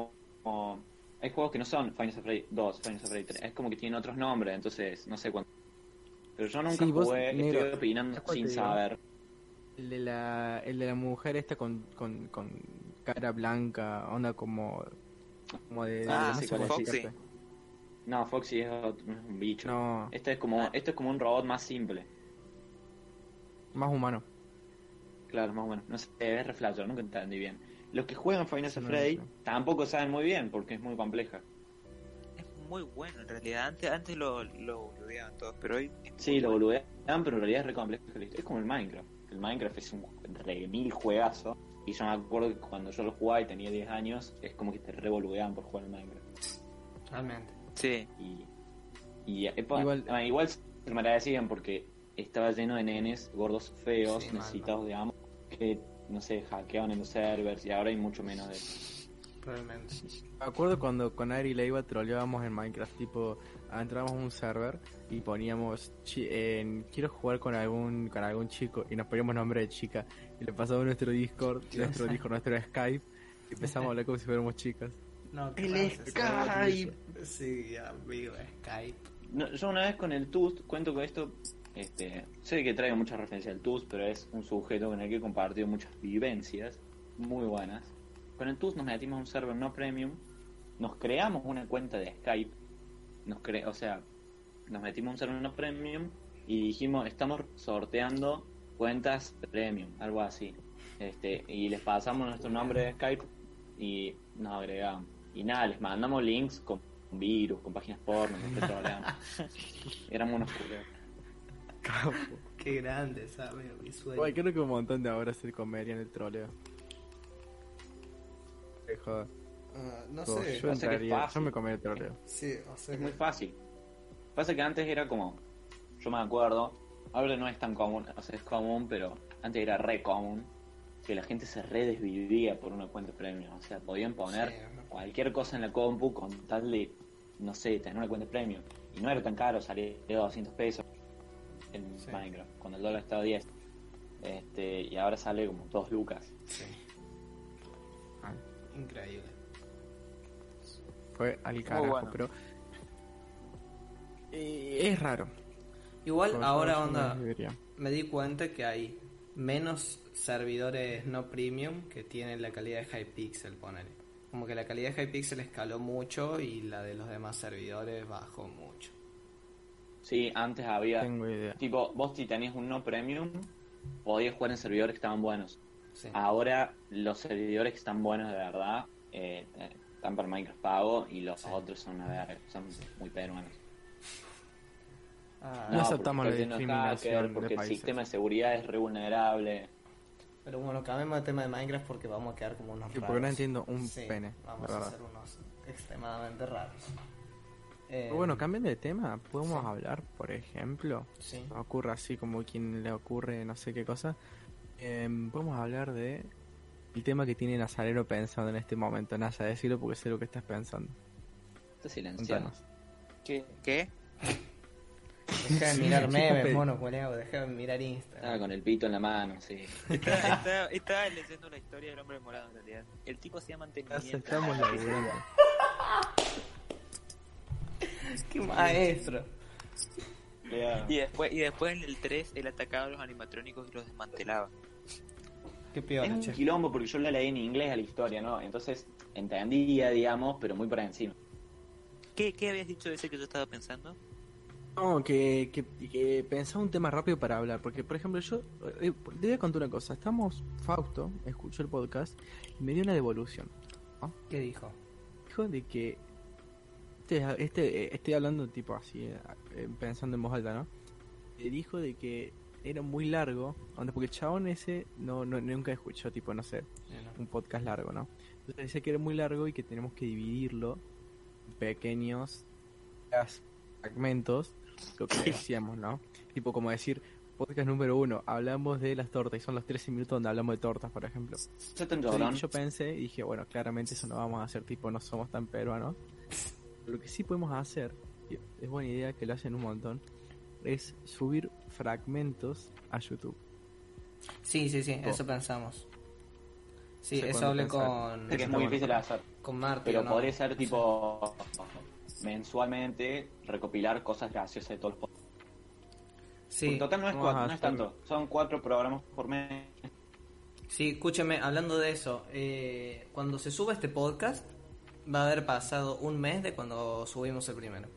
como- Hay juegos que no son Final Fantasy 2, Final Fantasy 3. Es como que tienen otros nombres, entonces no sé cuánto. Pero yo nunca Sí, vos, jugué, estoy negro, opinando ¿sabes cuál sin te digo? saber. El de la, el de la mujer esta con, con, con cara blanca, onda como, como de... Ah, no sí, cómo Foxy. explicarte. No, Foxy es, otro- es un bicho. No, Este es como, esto es como un robot más simple. más humano. Claro, más o menos. No sé, es reflejo, nunca entendí bien. Los que juegan Final Fantasy No, Freddy no sé. tampoco saben muy bien porque es muy compleja. Es muy bueno en realidad. Antes, antes lo, lo boludeaban todos, pero hoy. es Sí, muy lo bueno. boludean, pero en realidad es re complejo. la historia. Es como el Minecraft. El Minecraft es un re mil juegazo. Y yo me acuerdo que cuando yo lo jugaba y tenía 10 años, es como que te re boludeaban por jugar al Minecraft. Realmente. Sí, Y, y eh, pa- Igual- ah, igual se me agradecían porque estaba lleno de nenes gordos feos, Sí, mal, necesitados de amo, que no sé, hackeaban en los servers y ahora hay mucho menos de eso. Realmente. Me acuerdo cuando con Ari Leiva troleábamos en Minecraft, tipo, entrábamos a un server y poníamos, chi- en, quiero jugar con algún con algún chico, y nos poníamos nombre de chica, y le pasamos nuestro Discord, nuestro Discord, nuestro Skype, y empezamos a hablar como si fuéramos chicas. No, qué El rancio, Skype. Sí, amigo, Skype. No, yo una vez con el TUS, cuento que esto, este, sé que traigo muchas referencias al TUS, pero es un sujeto con el que he compartido muchas vivencias muy buenas. Con el TUS nos metimos a un server no premium, nos creamos una cuenta de Skype, nos cre o sea, nos metimos a un server no premium y dijimos, estamos sorteando cuentas premium, algo así. Este, y les pasamos nuestro nombre de Skype y nos agregamos. Y nada, les mandamos links con virus, con páginas porno, con todo Éramos unos culeros. Capo. Qué grande, ¿sabes? Mi sueño. Uy, creo que un montón de ahora hacer comedia en el troleo. Eh, joda. Ah, no Tipo, sé. yo pasa que es entraría, yo fácil. me comería el troleo. Sí, o sea. Es muy fácil. Pasa que antes era como, yo me acuerdo, ahora no es tan común, o sea, es común, pero antes era re común que la gente se re desvivía por una cuenta premium. O sea, podían poner Sí, ajá. cualquier cosa en la compu con tal de, no sé, tener una cuenta premium. Y no era tan caro, salía de 200 pesos en Sí. Minecraft, cuando el dólar estaba a 10. Este, y ahora sale como 2 lucas. Sí. Ah, Increíble. Fue al carajo, bueno. pero... Eh, es raro. Igual Por eso ahora, yo me onda, diría. me di cuenta que hay menos servidores no premium que tienen la calidad de Hypixel, ponele. Como que la calidad de Hypixel escaló mucho y la de los demás servidores bajó mucho. Sí, antes había... Tengo idea. Tipo, vos si tenías un no premium, podías jugar en servidores que estaban buenos. Sí. Ah. Ahora los servidores que están buenos de verdad eh, eh, están para Minecraft pago y los Sí. otros son una verga, son muy peruanos. Ah, No aceptamos porque la está lleno de discriminación hackers, de porque el países. sistema de seguridad es re vulnerable. Pero bueno, cambiemos de tema de Minecraft porque vamos a quedar como unos Sí, porque raros. no entiendo un Sí, pene, Vamos la a verdad. ser unos extremadamente raros. Eh, Pero bueno, cambiando de tema, podemos sí. hablar, por ejemplo, sí. me ocurre así como quien le ocurre no sé qué cosa, em, podemos hablar de el tema que tiene Nazareno pensando en este momento. Nasa, decirlo porque sé lo que estás pensando. Está silenciado. Contanos. ¿Qué? ¿Qué? Deja de mirar memes, pe- mono, culeado. Deja de mirar Estaba Instagram. con el pito en la mano, sí. Estaba, estaba- estaba leyendo la historia del hombre morado en realidad. El tipo hacía Nasa, mantenimiento. estamos laburando. ¡Qué maestro! Y después, y después en el 3 él atacaba a los animatrónicos y los desmantelaba. ¡Qué Es peor, un che! quilombo porque yo la leí en inglés a la historia, ¿no? Entonces entendía, digamos, pero muy por encima. ¿Qué, qué habías dicho de ese que yo estaba pensando? No, que, que, que pensá un tema rápido para hablar, porque por ejemplo yo, eh, te voy a contar una cosa, estamos, Fausto, escuchó el podcast y me dio una devolución. ¿Qué dijo? Dijo de que, este, este, eh, estoy hablando tipo así, eh, eh, pensando en voz alta, ¿no? Le dijo de que era muy largo, onda, porque el chabón ese no, no, nunca escuchó tipo, no sé, un podcast largo, ¿no? Entonces decía que era muy largo y que tenemos que dividirlo en pequeños as- fragmentos, lo que decíamos, ¿no? Tipo como decir, podcast número uno, hablamos de las tortas y son los 13 minutos donde hablamos de tortas, por ejemplo. Yo tan Entonces, llorón. yo pensé y dije, bueno, claramente eso no vamos a hacer, tipo, no somos tan peruanos. Lo que sí podemos hacer, y es buena idea que lo hacen un montón, es subir fragmentos a YouTube. Sí, sí, sí, Oh. eso pensamos. Sí, No sé eso cuándo hablé pensaba. con, Sé que es Está muy bueno. difícil de hacer. con Marty. Pero ¿o no? podría ser tipo mensualmente recopilar cosas graciosas de todos los podcasts. Sí, En total no es, Vamos a cuatro, no es hacer- tanto, son cuatro programas por mes. sí, escúcheme, hablando de eso, eh, cuando se suba este podcast, va a haber pasado un mes de cuando subimos el primero.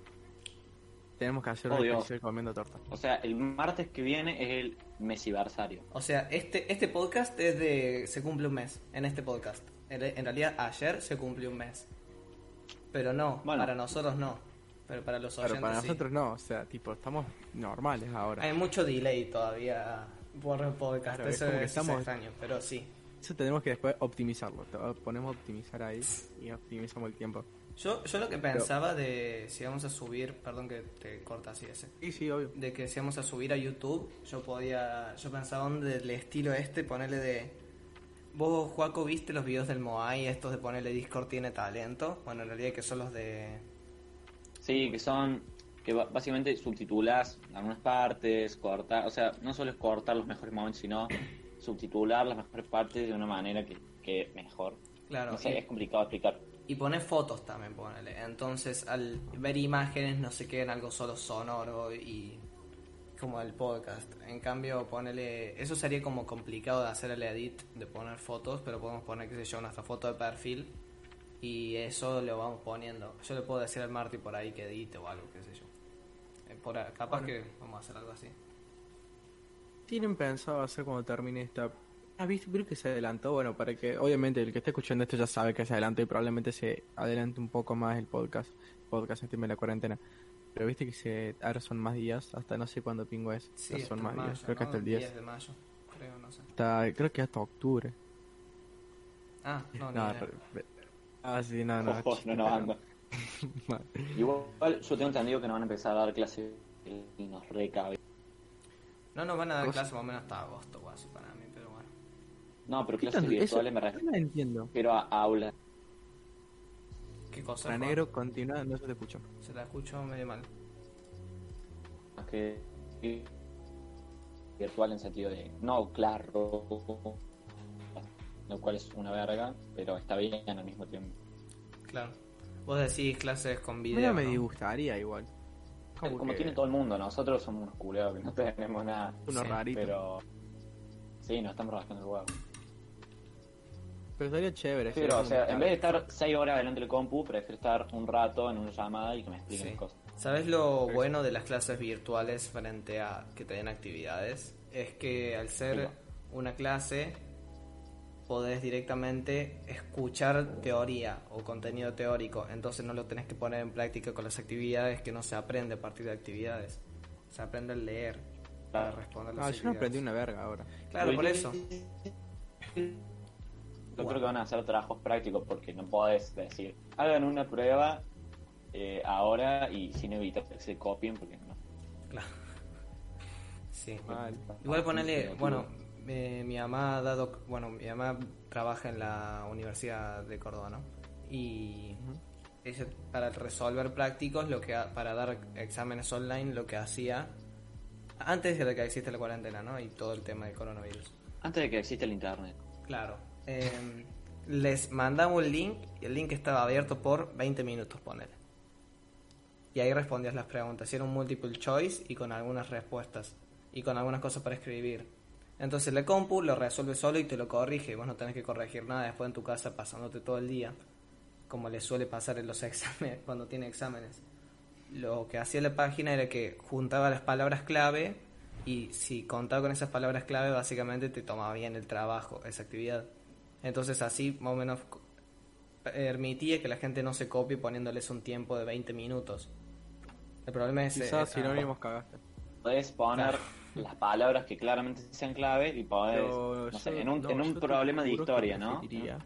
Tenemos que hacer un Obvio. especial comiendo tortas. O sea, el martes que viene es el mesiversario. O sea, este, este podcast es de. se cumple un mes en este podcast. En, en realidad, ayer se cumplió un mes. Pero no, Bueno. para nosotros no. Pero para los oyentes Pero para sí. nosotros no, o sea, tipo, estamos normales ahora. Hay mucho delay todavía por el podcast, Claro, es eso como que es estamos- extraño, pero sí. Eso tenemos que después optimizarlo. to- Ponemos optimizar ahí y optimizamos el tiempo. Yo, yo lo que pensaba de si vamos a subir, perdón que te corta así ese, Sí, sí, obvio. de que si vamos a subir a YouTube, yo podía, yo pensaba un del estilo este, ponerle de... Vos, Juaco, viste los videos del Moai, estos de ponerle Discord tiene talento, bueno, en realidad que son los de... Sí, que son que ba- básicamente subtitulás algunas partes, cortar, o sea, no solo es cortar los mejores momentos, sino subtitular las mejores partes de una manera que, que mejor. Claro, No sé, y- es complicado explicar. Y pones fotos también, ponele. Entonces, al ver imágenes no se queda en algo solo sonoro y como el podcast. En cambio, ponele... Eso sería como complicado de hacer el edit, de poner fotos, pero podemos poner, qué sé yo, nuestra foto de perfil y eso lo vamos poniendo. Yo le puedo decir al Marty por ahí que edite o algo, qué sé yo. Eh, Por, a- capaz que vamos a hacer algo así. ¿Tienen pensado hacer cuando termine esta? Ah, ¿viste? Creo que se adelantó. Bueno, para que obviamente el que esté escuchando esto ya sabe que se adelantó y probablemente se adelante un poco más el podcast. Podcast en tema de la cuarentena. Pero viste que se ahora son más días, hasta no sé cuándo pingo es. Ya hasta son más mayo, días, creo que ¿no? hasta el 10. de mayo, creo, no sé. Hasta- creo que hasta octubre. Ah, no, ni No, idea. re- ah, sí, no, no. Ojo, Oh, no nos anda. Mal. Igual yo tengo entendido que nos van a empezar a dar clases y nos recabe. No nos van a dar Cosa- clase más o menos hasta agosto o así para mí, pero bueno. No, pero ¿Qué clases tanto? Eso- virtuales me yo no entiendo. refiero a aulas. ¿Qué cosa? Para Juan? negro, continúa, no se te escucha. Se la escucho medio mal. más que virtual en sentido de no, claro, lo cual es una verga, pero está bien al mismo tiempo. Claro. Vos decís clases con Mira, video. me ¿no? disgustaría igual. Como, que tiene todo el mundo, nosotros somos unos culeados que no tenemos nada, unos sí, raritos. pero sí, nos estamos rascando el huevo. Pero estaría chévere. Pero, o sea, en vez de estar 6 horas delante del compu, prefiero estar un rato en una llamada y que me expliquen Sí. las cosas. ¿Sabes lo bueno de las clases virtuales frente a que te den actividades? Es que al ser Mira. una clase podés directamente escuchar teoría o contenido teórico, entonces no lo tenés que poner en práctica con las actividades que no se aprende a partir de actividades. Se aprende a leer para responder las Ah, yo no aprendí actividades. una verga ahora. Claro, por eso. Yo creo que van a hacer trabajos prácticos porque no podés decir, hagan una prueba eh, ahora y sin evitar que se copien porque no. Claro. Sí. Mal. Ah, Ah, Igual ponele, bueno, eh, mi mamá ha dado, bueno, mi mamá trabaja en la Universidad de Córdoba, ¿no? Y ella para resolver prácticos, lo que ha- para dar exámenes online, lo que hacía antes de que existe la cuarentena, ¿no? Y todo el tema del coronavirus. Antes de que exista el internet. Claro. Eh, les mandaba un link y el link estaba abierto por 20 minutos, ponele. Y ahí respondías las preguntas. Y era un multiple choice y con algunas respuestas. Y con algunas cosas para escribir. Entonces la compu lo resuelve solo y te lo corrige. Y vos no tenés que corregir nada después en tu casa pasándote todo el día. Como le suele pasar en los exámenes, cuando tiene exámenes. Lo que hacía la página era que juntaba las palabras clave y si contaba con esas palabras clave básicamente te tomaba bien el trabajo, esa actividad. Entonces así más o menos co- permitía que la gente no se copie poniéndoles un tiempo de 20 minutos. El problema es... Quizás eh, sinónimos cagaste. Podés poner Ah. Claro. las palabras que claramente sean clave y podés, Pero no yo- sé, en un, no, en yo un te problema de juro que historia, ¿no? preferiría.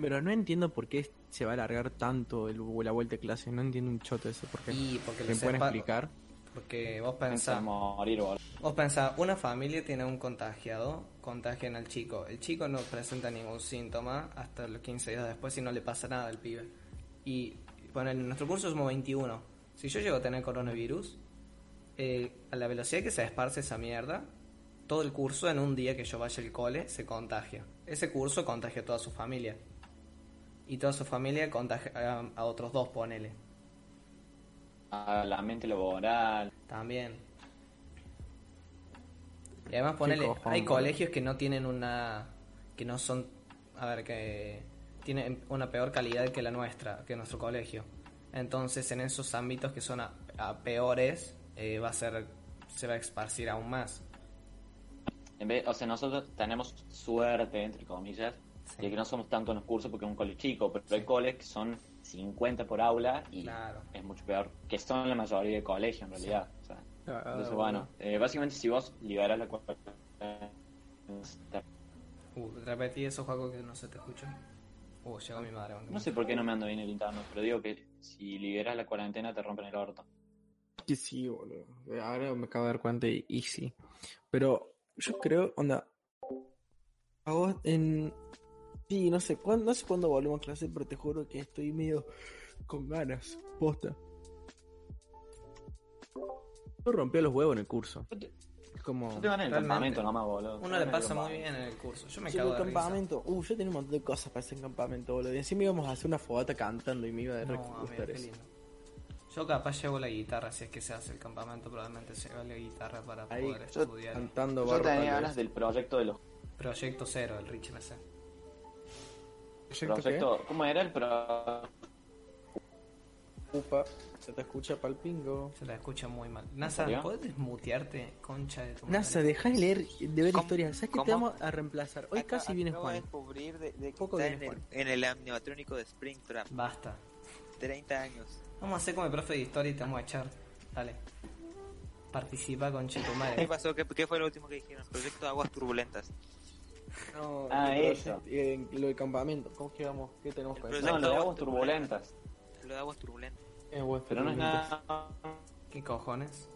Pero no entiendo por qué se va a alargar tanto el, la vuelta de clases. No entiendo un choto eso. ¿Por qué? Y porque ¿Me los pueden sepa- explicar? Porque vos Pensá pensás... en morir, boludo. Vos pensás, una familia tiene un contagiado, contagian al chico. El chico no presenta ningún síntoma hasta los 15 días después y no le pasa nada al pibe. Y, bueno, en nuestro curso somos 21. Si yo llego a tener coronavirus, eh, a la velocidad que se esparce esa mierda, todo el curso en un día que yo vaya al cole se contagia. Ese curso contagia a toda su familia. Y toda su familia contagia a, a otros dos, ponele. A la mente laboral. También. Y además ponele, cojón, hay boludo. colegios que no tienen una, que no son, a ver, que tienen una peor calidad que la nuestra, que nuestro colegio. Entonces en esos ámbitos que son a, a peores, eh, va a ser, se va a esparcir aún más. En vez, o sea, nosotros tenemos suerte, entre comillas, Sí. de que no somos tanto en los cursos porque es un cole chico, pero hay coles que son 50 por aula y Claro. es mucho peor, que son la mayoría de colegios en realidad. o sea. Ah, entonces, bueno. bueno, eh, básicamente si vos liberás la cuarentena, Uh, repetí eso, Juaco, que no se te escucha. Uh, llegó mi madre. no sé por qué no me ando bien el internet, pero digo que si liberas la cuarentena te rompen el orto. Que sí, boludo. Ahora me acabo de dar cuenta y, y sí. Pero yo creo, onda. A vos en. Sí, no sé, cuándo, no sé cuándo volvemos a clase, pero te juro que estoy medio con ganas. Posta. Yo rompí los huevos en el curso. Yo te- Es Como. Yo te van en el Realmente. campamento nomás, boludo. Uno le pasa muy bien en el curso. Yo me Yo cago en de el campamento. Uh, yo tenía un montón de cosas para hacer en campamento, boludo. Y encima íbamos a hacer una fogata cantando y me iba a risa. re No, amigo, gustar qué eso. lindo. Yo capaz llevo la guitarra, si es que se hace el campamento, probablemente llevo la guitarra para Ahí, poder yo- estudiar. Cantando Yo barro, tal tenía vez. ganas del proyecto de los Proyecto cero, el Richie me sé. ¿Proyecto qué? proyectos. ¿Cómo era el proyecto? Upa, se te escucha palpingo. Se la escucha muy mal. NASA, serio? ¿puedes desmutear-te, concha de tu madre? NASA, deja de leer, de ver ¿Cómo? historias. ¿Sabes qué ¿Cómo? te vamos a reemplazar? Hoy Acá- casi viene acabo de Juan. descubrir de, de que Poco está viene en el, en el amniotrónico de Springtrap. Basta. 30 años. Vamos a hacer como el profe de historia y te vamos a echar. Dale. Participa, concha de tu ¿Qué madre. pasó? ¿Qué, qué fue lo último que dijeron? Proyecto Aguas Turbulentas. No, Ah, el eso. proyecto- eh, lo de campamento. ¿Cómo que vamos? ¿Qué tenemos El para proyecto- No, lo de aguas turbulentas. Lo de Aguas Turbulentas. Es buen Pero no es fermento. nada. ¿Qué cojones?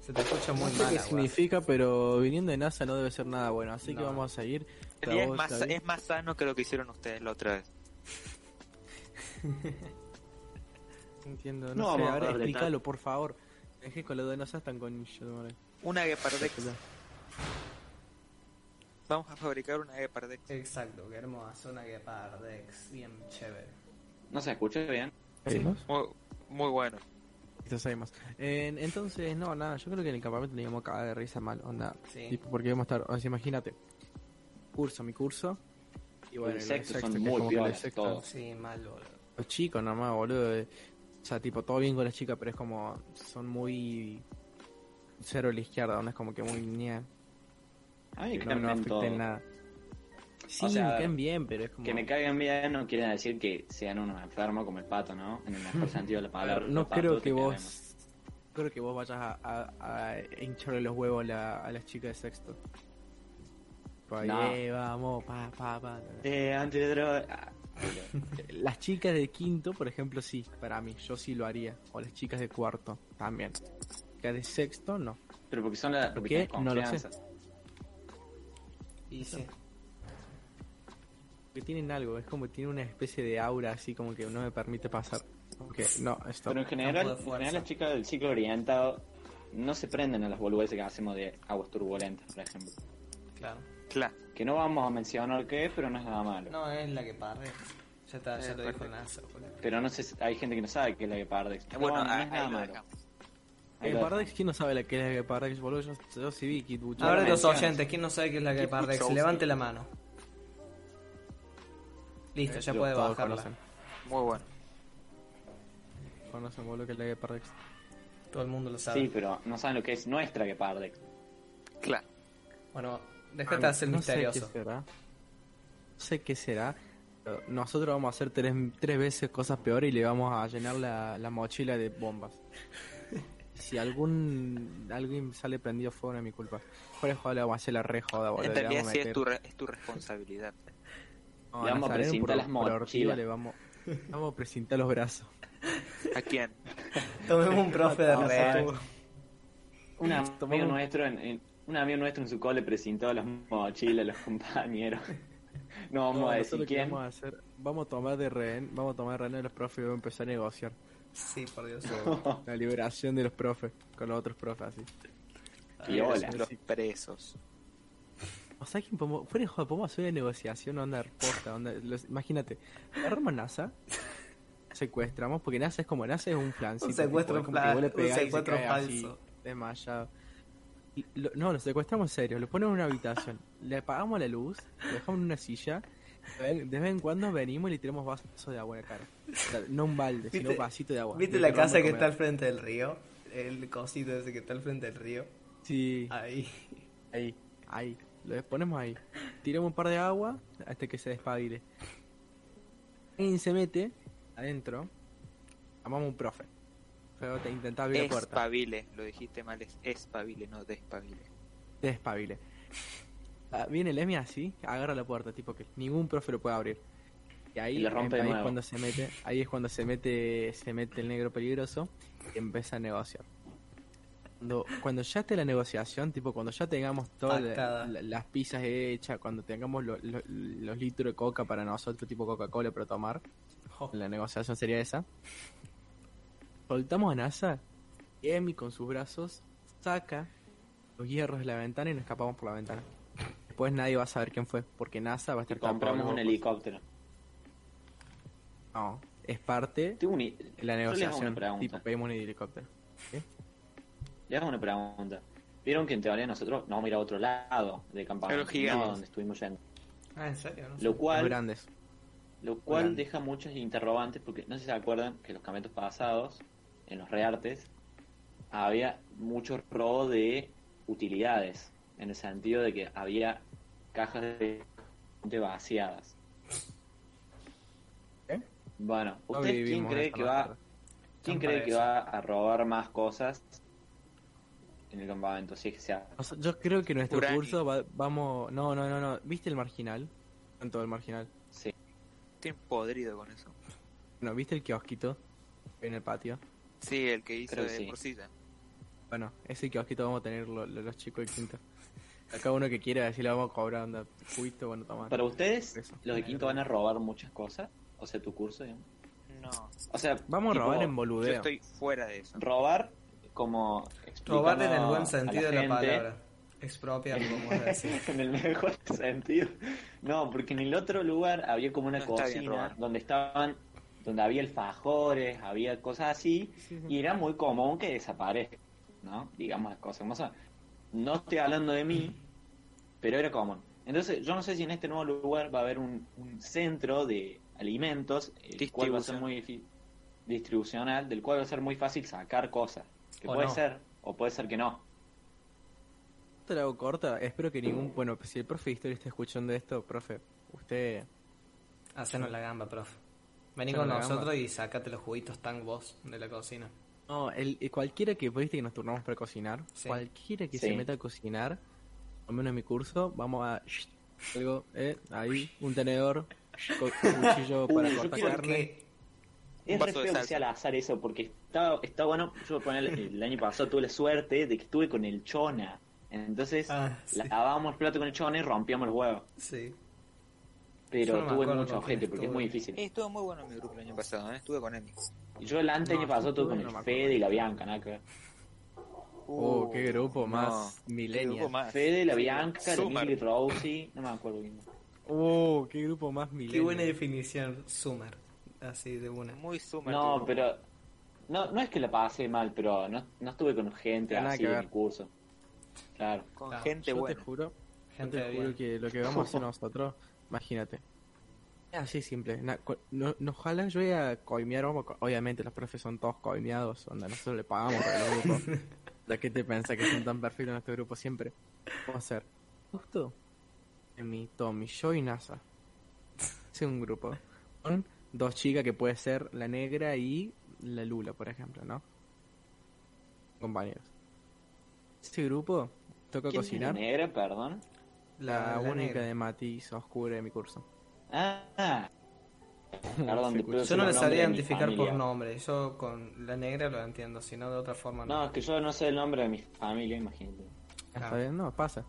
Se te escucha muy No sé mal. qué agua. significa, pero viniendo de NASA no debe ser nada bueno. Así que No. vamos a seguir. El La Este día es voz, más, em- David. es más sano que lo que hicieron ustedes la otra vez. Entiendo, no, No sé. vamos a Ahora hablar de explícalo, por favor. Es que con lo de NASA están con. yo, madre. Una Gepardex. Vamos a fabricar una Gepardex. Exacto, queremos hacer una Gepardex bien chévere. No se escucha bien. ¿Hay más? Muy, muy bueno. Quizás hay más. En- entonces, no, nada. Yo creo que en el campamento le íbamos a cagar de risa mal. Onda. Sí. Tipo, porque íbamos a estar. O sea, imagínate. Curso, mi curso. Y Los el sextos sexto, son que es muy como que el piolas, sexto- todos. Sí, mal, boludo. Los chicos nomás, boludo. eh. O sea, tipo, todo bien con las chicas, pero es como. Son muy. Cero a la izquierda, donde es como que muy. ñe, A mí que que no me me afecta en nada. Sí, sea, me caen bien, pero es como. Que me caigan bien no quiere decir que sean unos enfermos como el pato, ¿no? En el mejor sentido de la A palabra. ver, no los patos creo que te vos. queremos. Creo que vos vayas a, a- a hincharle los huevos a, la- a las chicas de sexto. Pa, No. eh, vamos, pa, pa, pa. Eh, antidroga. Ah, Las chicas de quinto, por ejemplo, sí, para mí, yo sí lo haría. O las chicas de cuarto, también. Las de sexto, no. Pero porque son las. ¿Por Porque qué? tienen No lo confianza. Y sí. que tienen algo, es como que tienen una especie de aura así como que no me permite pasar. Ok, no, esto. Pero en general, Campo de en fuerza. general las chicas del ciclo orientado no se prenden a las boludeces que hacemos de aguas turbulentas, por ejemplo. Claro. Claro. Que no vamos a mencionar qué es, pero no es nada malo. No, es la Gepardex. Ya, está, ya lo dijo el NASA, boludo. Pero no sé, si- hay gente que no sabe qué es la Gepardex. Eh, Bueno, no, no ahí- es nada ahí lo malo. dejamos. Ahí El lo Pardex, ¿quién no sabe la que es el Pardex, boludo? Yo, yo sí vi que A ver, los mencionas. oyentes, ¿quién no sabe qué es la Gepardex? puto Levante la mano. Listo, ya Yo- puede todos bajarla. Conocen, Muy bueno. conocen, boludo, que es la Pardex. Todo el mundo lo sabe. Sí, pero no saben lo que es nuestra Gepardex. Claro. Bueno, déjate hacer Ah, no Sé misterioso. qué será. No sé qué será. pero Nosotros vamos a hacer tres, tres veces cosas peores y le vamos a llenar la, la mochila de bombas. Si algún alguien sale prendido fuego, no es mi culpa. Fuera de joda, le vamos a hacer la re joda, boludo. En le realidad vamos a sí es meter- tu, re- es tu responsabilidad. No, Le vamos a Nazareno presentar por- las por la ortiga mochilas. le vamos, le vamos a presentar los brazos. ¿A quién? Tomemos un profe de Vamos a red. ver. Un amigo, Tomamos- nuestro en, en- un amigo nuestro en su cole presentó las mochilas, los compañeros. No vamos No, a nosotros decir lo que quién. Vamos a, hacer, vamos a tomar de rehén, vamos a tomar de rehén a los profes y vamos a empezar a negociar Sí, por Dios. la liberación de los profes con los otros profes así. Ah, Y hola. Los presos. O sea, ¿quién podemos, fuera de joda, podemos hacer una negociación, onda posta, onda, los- imagínate, agarramos a NASA, secuestramos, porque NASA es como, NASA es un flancito. Un secuestro tipo, es como que fla- vos le un pegás y se secuestro cae así, falso. desmayado. Y lo- no, lo secuestramos serio, lo ponemos en una habitación, le apagamos la luz, lo dejamos en una silla, de vez- de vez en cuando venimos y le tiramos vasos de agua en la cara. O sea, no un balde, ¿Viste- sino un vasito de agua. ¿Viste Le la robamos casa que comer. está al frente del río? El cosito ese que está al frente del río. Sí, Ahí. ahí, ahí. Lo ponemos ahí. Tiramos un par de agua hasta que se despabile. Alguien se mete adentro. Amamos un profe. Pero te intentaba abrir la puerta. Espabile, lo dijiste mal, es espabile, no despabile. Despabile. Ah, viene Lemmy así, agarra la puerta, tipo que ningún profe lo puede abrir. Y ahí, Y la rompe de ahí es nuevo. cuando se mete, ahí es cuando se mete, se mete el negro peligroso y empieza a negociar. Cuando, cuando ya esté la negociación, tipo cuando ya tengamos todas la- Pactada. la- las pizzas hechas, cuando tengamos lo- lo- los litros de coca para nosotros, tipo Coca-Cola para tomar, Jo. la negociación sería esa. Soltamos a NASA y Emi con sus brazos saca los hierros de la ventana y nos escapamos por la ventana. Después nadie va a saber quién fue, porque NASA va a Te estar tapado compramos los un ojos. helicóptero. No, es parte Tengo un- de la Yo les hago una negociación. Tipo, pregunta. pedimos un helicóptero. Les hago una pregunta. Vieron que en teoría nosotros no vamos a ir a otro lado de A campamento, los gigantes. no donde estuvimos yendo. Ah, ¿en serio? No sé. Lo Los cual grandes. Lo cual Grande. deja muchos interrogantes porque no sé si se acuerdan que en los campeonatos pasados, en los reartes, había mucho robo de utilidades, en el sentido de que había cajas de, de vaciadas. ¿Eh? Bueno, No ¿usted quién vivimos cree esa que va, mierda. quién Tan cree que parecido. va a robar más cosas en el campamento? Si es que sea. O sea, yo creo que nuestro Urani. curso va- vamos... No, no, no, no. ¿Viste el marginal? En todo el marginal. Sí. Estoy podrido con eso. No, ¿viste el kiosquito? En el patio. Sí, el que hizo Creo que de sí. morcilla. Bueno, ese kiosquito vamos a tener lo- lo- los chicos de quinto. Acá uno que quiera decir, la vamos a cobrar, onda, juguito, bueno, tomar. Para ustedes, Eso. los de quinto van a robar muchas cosas, o sea, tu curso, digamos. No, O sea, Vamos a tipo, robar en yo boludeo. estoy fuera de eso. robar como explicando Robar en el a buen sentido de la gente, palabra. Expropiar, como vos decís. en el mejor sentido no porque en el otro lugar había como una No está bien cocina robar. donde estaban donde había alfajores había cosas así y era muy común que desaparezca no digamos las cosas como son no estoy hablando de mí pero era común entonces yo no sé si en este nuevo lugar va a haber un, un centro de alimentos el cual va a ser Distribución. muy difícil distribucional del cual va a ser muy fácil sacar cosas. Que O puede no. ser, o puede ser que no. Te la hago corta. Espero que ningún. Bueno, si el profe de historia está escuchando esto, profe, usted. Hacenos la gamba, profe. Vení Hacenos con la nosotros gamba. y sacate los juguitos Tang vos de la cocina. No, el, el- cualquiera que viste que nos turnamos para cocinar, Sí. cualquiera que Sí. se meta a cocinar, al menos en mi curso, vamos a. Algo, eh, ahí, un tenedor, co- cuchillo para Uy, yo cortar quiero carne. Porque Es vaso re de feo que salsa. sea al azar eso, porque está, está bueno. Yo poner el año pasado tuve la suerte de que estuve con el chona. Entonces Ah, sí. lavábamos el plato con el chona y rompíamos el huevo. sí. Yo Pero no me tuve acuerdo mucho con quién gente porque es estuve. muy difícil. Eh, estuvo muy bueno mi grupo el año pasado, ¿eh? estuve con Emi. Yo el antes No, yo año pasado tuve tuve, no con me el acuerdo. Fede y la Bianca, nada que ver. Oh, Uh, qué grupo más Qué millennial. grupo más. Fede, la Bianca, la Sumar. Emily Rousey, no me acuerdo bien. Oh, qué grupo más millennial. Qué buena definición, Summer. Así de una. Muy sumar. tu No, grupo. pero. No, no es que la pasé mal, pero no, no estuve con gente Nada así que en ver. el curso. Claro. Con Claro, gente Yo buena. te juro, yo Gente te de juro bien. que lo que vamos a hacer nosotros, imagínate. Es así simple. na- cu- no- nos jalan, yo voy a coimear, vamos a co- obviamente los profes son todos coimeados, onda, nosotros le pagamos para el grupo. ¿La que te pensás que son tan perfectos en nuestro grupo siempre? Vamos a hacer justo en mi Tommy, yo y NASA. Hace un grupo. Con dos chicas que puede ser la negra y la Lula, por ejemplo, ¿no? Compañeros. Ese grupo toca ¿Quién es la cocinar. negra, perdón? La, La- la única negra. de matiz oscura de mi curso. Ah, perdón. Se te pido Yo no escucha. el me nombre sabría de mi identificar por familia. nombre. Yo con la negra lo entiendo, si no de otra forma no. No, es que yo no sé el nombre de mi familia, imagínate. Ah, está Ah. bien, No, pasa.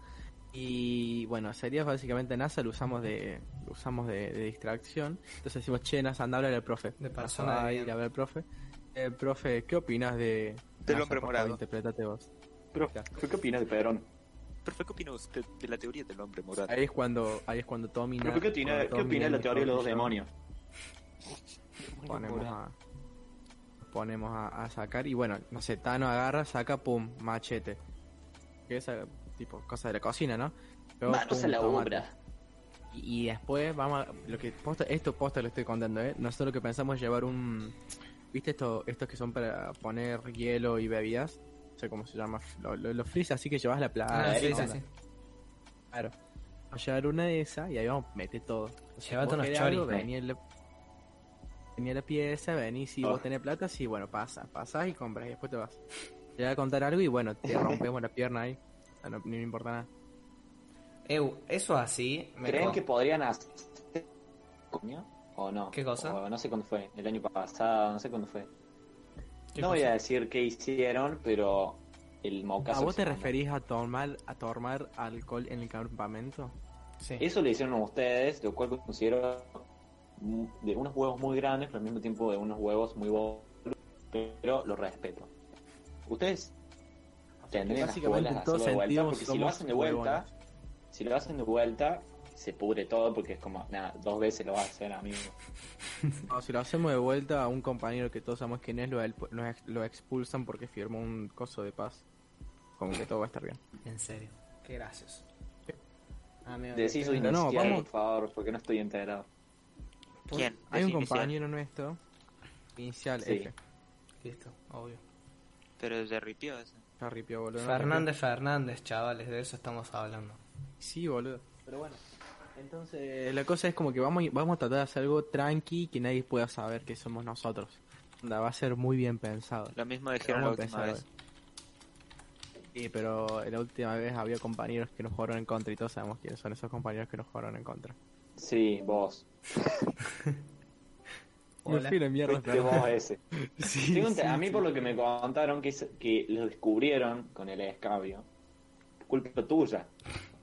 Y bueno, sería básicamente NASA, lo usamos de lo usamos de, de distracción. Entonces decimos, che, NASA, anda a hablar al profe. De NASA persona va de a ir bien. a ver al profe. Eh, profe, ¿qué opinas de. NASA, hombre por favor, morado. interpretate vos. Pero, ¿tú ¿qué opinas de Pedrón? Profe, ¿qué opina usted de la teoría del hombre morado? Ahí es cuando, ahí es cuando Tommy. ¿Pero qué opina, cuando qué Tommy opina de la Nami, teoría de los dos Tommy y yo demonios? Ponemos a. Ponemos a, a sacar. Y bueno, no sé, Tano agarra, saca, pum, machete. Que esa, tipo, cosa de la cocina, ¿no? Luego, Manos pum, a la tomate. obra. Y después vamos a, lo que posta, esto posta lo estoy contando, eh. Nosotros lo que pensamos es llevar un ¿viste esto, estos que son para poner hielo y bebidas? No sé cómo se llama, lo- lo- los freezer, así que llevas la plata. Ah, sí, Eric, sí, onda. sí. Claro. a llevar una de esas y ahí vamos, mete todo. Llévate Vos unos querés choris. algo, me. Vení a la, vení a la pieza, vení si Oh. vos tenés plata, sí, bueno, pasa, pasás y compras y después te vas. Te voy a contar algo y bueno, te rompemos la pierna ahí. Ah, no, ni me importa nada. Eu, eso así. me ¿Creen co- que podrían hacer coño? o no? ¿Qué cosa? O no sé cuándo fue, el año pasado, no sé cuándo fue. ¿Qué No cosa? voy a decir qué hicieron, pero el mocaso. ¿A vos que te se mandó. referís a tomar, a tomar alcohol en el campamento? Sí. Eso lo hicieron ustedes, lo cual considero mm, de unos huevos muy grandes, pero al mismo tiempo de unos huevos muy bo- pero lo respeto. Ustedes tendrían las básicamente bolas en de todo hacerlo de vuelta, sentido porque si lo somos hacen de vuelta, huevones. si lo hacen de vuelta, se pudre todo porque es como, nada, dos veces lo hacen, amigo. No, si lo hacemos de vuelta a un compañero que todos sabemos quién es, lo, elp- lo ex- lo expulsan porque firmó un coso de paz. Como que todo va a estar bien. En serio. Qué gracioso. Ah, Amigo, Decís qué- hoy Pero no, no, vamos. por favor, porque no estoy enterado. ¿Quién? Hay un Decime, compañero nuestro, inicial Sí. F. Listo, obvio. Pero se ripió eso. Ya ripió, boludo. no Fernández Fernández, chavales, de eso estamos hablando. Sí, boludo. Pero bueno. Entonces, la cosa es como que vamos, vamos a tratar de hacer algo tranqui que nadie pueda saber que somos nosotros. Onda, va a ser muy bien pensado. Lo mismo Pero dijeron la vamos pues, a última vez. empezar, Sí, pero la última vez había compañeros que nos jugaron en contra y todos sabemos quiénes son esos compañeros que nos jugaron en contra. Sí, vos. Hola. Me fui a la mierda, Fuiste perdón. vos ese. Sí, Tengo ente- sí, a mí sí. por lo que me contaron que, se- que lo descubrieron con el escabio. Culpa tuya.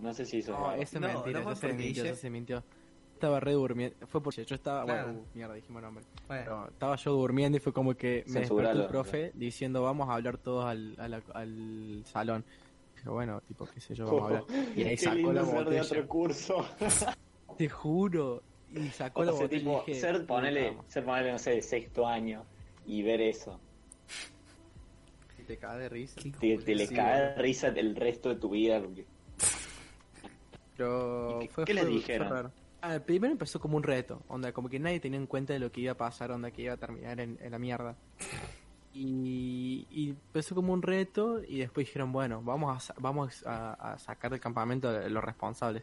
No sé si eso No, eso es No, mentira, no fue eso se porque mintió, hice- eso se mintió. Estaba re durmiendo, fue porque yo estaba, Claro. bueno, uh, mierda, dijimos nombre. Bueno, Pero estaba yo durmiendo y fue como que me despertó el Censuralo. profe diciendo vamos a hablar todos al, a la- al salón. Pero bueno, tipo, qué sé yo, vamos a hablar. Y ahí sacó la de botella. otro curso. Te juro. Y sacó O la sea, botella. y tipo, dije, ser, "Puta ponele, madre". ser ponele, no sé, de sexto año y ver eso. Y Te cagas de risa. Qué Te, te le Sí, cae boludo. risa el resto de tu vida. porque- Pero ¿Y qué- fue, qué le fue- fue dijeron? raro. Ah, primero empezó como un reto, onda, como que nadie tenía en cuenta de lo que iba a pasar, onda, que iba a terminar en, en la mierda. Y, y empezó como un reto y después dijeron, bueno, vamos a, sa- vamos a, a sacar del campamento a los responsables.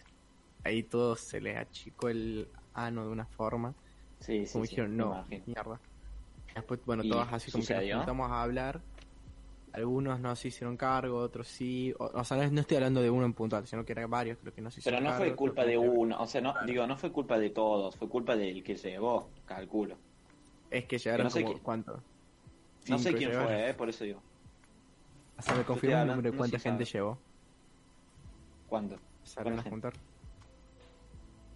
Ahí todo se le achicó el ano de una forma, Sí, sí, como sí, dijeron, me no, imagino. mierda. Después, bueno, ¿Y todas así como que sucedió? nos juntamos a hablar. Algunos no se hicieron cargo, otros sí. O, o sea, no, no estoy hablando de uno en puntual, sino que eran varios creo que no se Pero hicieron no cargo, fue culpa de otros no. uno, o sea, no, digo, no fue culpa de todos, fue culpa del que llegó, calculo. Es que llegaron No sé como, qui- ¿cuánto? No sé Cinco quién llegaron. fue, eh, por eso digo. O sea, me confirma el hablando, número de no cuánta se gente sabe. llegó. ¿Cuándo? Salieron a gente? juntar.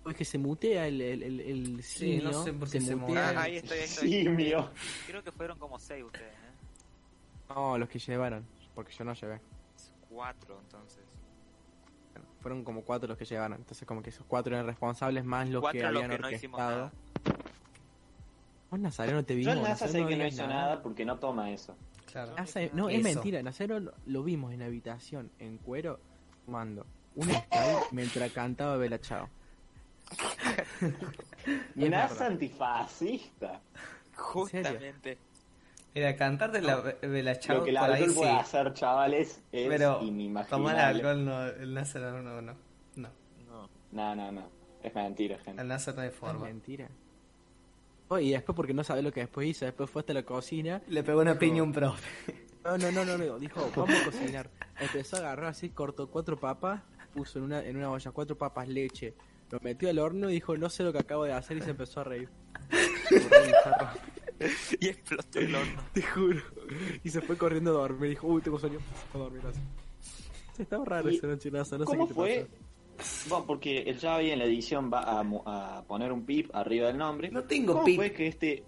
O es que se mutea el, el, el, el Sí, no simio, sé por qué se mutea mutea. Ah, el- ahí estoy, ahí estoy. Simio. Creo que fueron como seis ustedes, ¿eh? No, los que llevaron, porque yo no llevé. Cuatro, entonces. Bueno, Fueron como cuatro los que llegaron, entonces como que esos cuatro eran responsables más los cuatro que los habían que no hicimos orquestado. nada. Vos Nazareno Oh, te Yo vimos. en NASA sé Nazareno que no veías hizo nada porque no toma eso. claro. Nasa- Ah, no, es Eso. mentira, Nazareno lo- lo vimos en la habitación, en cuero, fumando una Sky mientras cantaba Bella Chao. Y Es NASA verdad. antifascista. Justamente. Mira, cantar de la, de la chava Lo que el por ahí alcohol sí, puede hacer, chavales, es Pero tomar inimaginable. alcohol no, el Nasser no, no, no. No, No. No, no, no. Es mentira, gente. el Nasser no hay Es forma. mentira. Oh, y después porque no sabe lo que después hizo, después fue hasta la cocina. Le pegó una piña a un profe. No, no, no, no, no, dijo, vamos a cocinar. Empezó a agarrar así, cortó cuatro papas, puso en una, en una olla cuatro papas leche, lo metió al horno y dijo, no sé lo que acabo de hacer y se empezó a reír. Y explotó el horno. Te juro. Y se fue corriendo a dormir, dijo, uy, tengo sueño, se fue a dormir así. Estaba raro ¿Y ese nochinazo, no sé ¿Cómo qué te fue? pasó. Bueno, porque el Javi en la edición va a, mu- a poner un pip arriba del nombre. No tengo ¿Cómo pip. fue que este...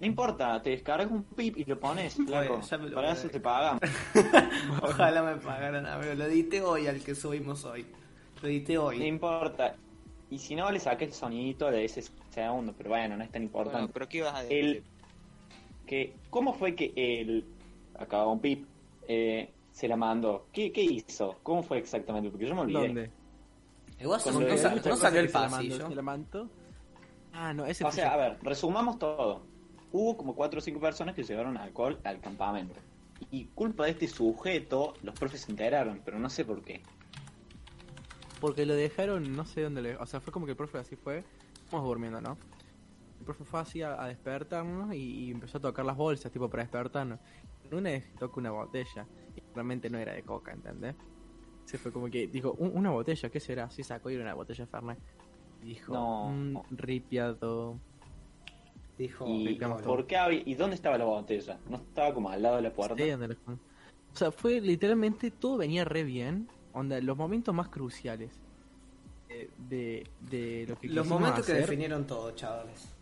No importa, te descargas un pip y lo pones, flaco. ya me lo Para voy a eso te descargar. pagamos. Ojalá me pagaran, amigo. Lo edité hoy al que subimos hoy. Lo edité No hoy. importa. Y si no, le saques el sonidito de ese segundo, pero bueno, no es tan importante. Bueno, pero ¿qué ibas a decir? el que cómo fue que el acá un pip eh, se la mandó ¿Qué, qué hizo cómo fue exactamente porque yo me olvidé ¿Dónde? Igual Cuando no, le- sa- muchas no salió el Se la mandó, pasillo. se la mandó. Ah, no, ese o fue yo. sea a ver resumamos todo hubo como cuatro o cinco personas que llevaron alcohol al campamento y culpa de este sujeto los profes se enteraron pero no sé por qué Porque lo dejaron, no sé dónde le. O sea, fue como que el profe así fue. Estamos durmiendo, ¿no? El profe fue así a, a despertarnos y, y empezó a tocar las bolsas, tipo, para despertarnos. En una vez tocó una botella. Y realmente no era de coca, ¿entendés? Se fue como que dijo, "Un- una botella, ¿qué será? Sí, sacó y era una botella de Fernet. Dijo, No. "Mm, ripiado. Dijo. ¿Y, picamos por qué había- ¿Y dónde estaba la botella? ¿No estaba como al lado de la puerta? Sí, donde los- O sea, fue literalmente todo venía re bien. Onda, los momentos más cruciales de, de, de lo que Los quisimos momentos que hacer, definieron todo, chavales.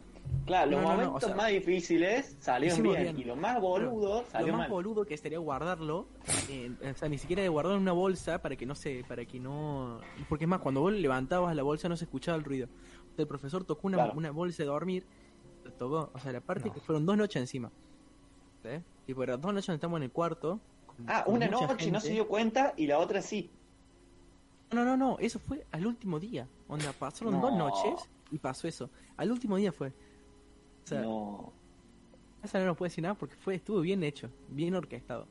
Claro, los No, no, no, momentos o sea, más difíciles salieron hicimos bien, bien. y los más boludos Lo salieron más mal. boludo que sería guardarlo, eh, o sea, ni siquiera de guardarlo en una bolsa para que no se, para que no, porque es más, cuando vos levantabas la bolsa no se escuchaba el ruido. El profesor tocó una, Claro. una bolsa de dormir, lo tocó, o sea, la parte No. que fueron dos noches encima. ¿Eh? Y por las dos noches estamos en el cuarto. con- ah, con una mucha noche gente. no se dio cuenta y la otra sí. No, no, no, eso fue al último día. Onda, pasaron No. dos noches y pasó eso. Al último día fue. O sea, no. esa no nos puede decir nada porque fue, estuvo bien hecho, bien orquestado.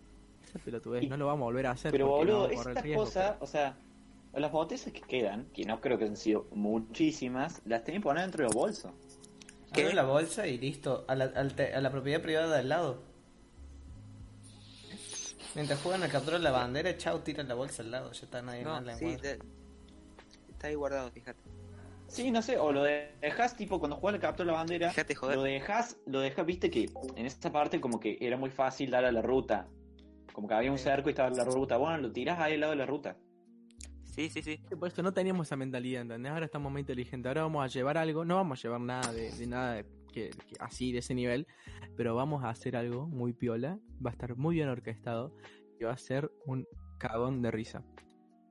Esa pelotudez, Y- no lo vamos a volver a hacer. Pero porque no boludo, vamos a correr estas riesgo, cosas, pero- o sea, las botellas que quedan, que no creo que han sido muchísimas, las tenían que poner dentro de los bolsos. ¿Qué? Abre la bolsa y listo. A la, al te- a la propiedad privada del lado. Mientras juegan a capturar la bandera, chao, tiran la bolsa al lado. Ya está nadie Eh, No, más la sí, encuentra. de- está ahí guardado, fíjate. Sí, no sé, o lo dejas tipo cuando juega el captor la bandera, Fíjate, joder. lo dejas, lo dejas, viste que en esta parte como que era muy fácil dar a la ruta. Como que había un Sí. cerco y estaba la ruta. Bueno, lo tirás ahí al lado de la ruta. Sí, sí, sí. Por eso no teníamos esa mentalidad, ¿entendés? Ahora estamos más inteligentes. Ahora vamos a llevar algo, no vamos a llevar nada de, de nada de- que, que así, de ese nivel, pero vamos a hacer algo muy piola, va a estar muy bien orquestado y va a ser un cagón de risa.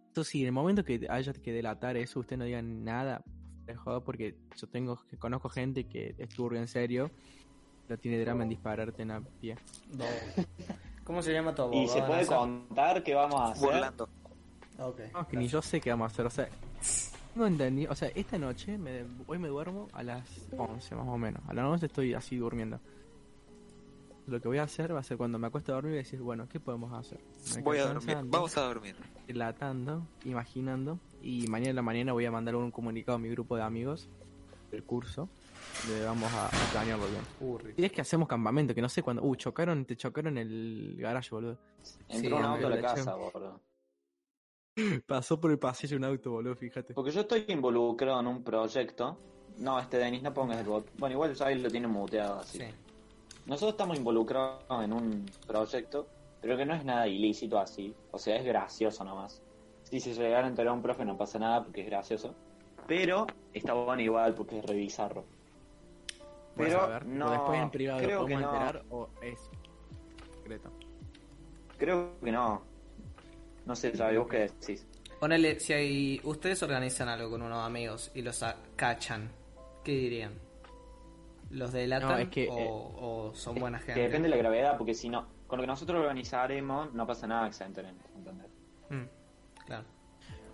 Entonces, si en el momento que haya que delatar eso, usted no diga nada, de joda, porque yo tengo, conozco gente que es turbio en serio, no tiene drama en dispararte en la pie. Bobo. ¿Cómo se llama tu abogado? Y se puede Nasa? contar que vamos a hacer. Burlando. Ok. Ah, No, que ni yo sé qué vamos a hacer, o sea, no entendí, o sea, esta noche, me- hoy me duermo a las 11 más o menos, a las 11 estoy así durmiendo. Lo que voy a hacer va a ser cuando me acueste a dormir y decir, bueno, ¿qué podemos hacer? Me Voy a cansan, dormir. ando Vamos a dormir. Relatando, imaginando, y mañana en la mañana voy a mandar un comunicado a mi grupo de amigos del curso, donde vamos a, a planearlo bien. Urri. Y es que hacemos campamento, que no sé cuándo, uh, chocaron, te chocaron el garaje, boludo. Entró un Sí, auto a la la casa, boludo. Pasó por el pasillo un auto, boludo, fíjate. Porque yo estoy involucrado en un proyecto. No, este Denis, no pongas el bot. Bueno, igual ya él lo tiene muteado así. Sí. Nosotros estamos involucrados en un proyecto, pero que no es nada ilícito así. O sea, es gracioso nomás. Si se llegara a enterar un profe no pasa nada porque es gracioso. Pero está bueno igual porque es revisarlo. Puedes Pero saber, tipo, no, después en privado lo creo que podemos no. enterar o es secreto. Creo que no. No sé, Javi, vos qué decís. Ponele, si hay... ustedes organizan algo con unos amigos y los a- cachan, ¿qué dirían? ¿Los delatan No, es que, o, eh, o son buena Que gente? depende de la gravedad, porque si no, con lo que nosotros organizaremos no pasa nada que se enteren. ¿entendés? Mm, claro.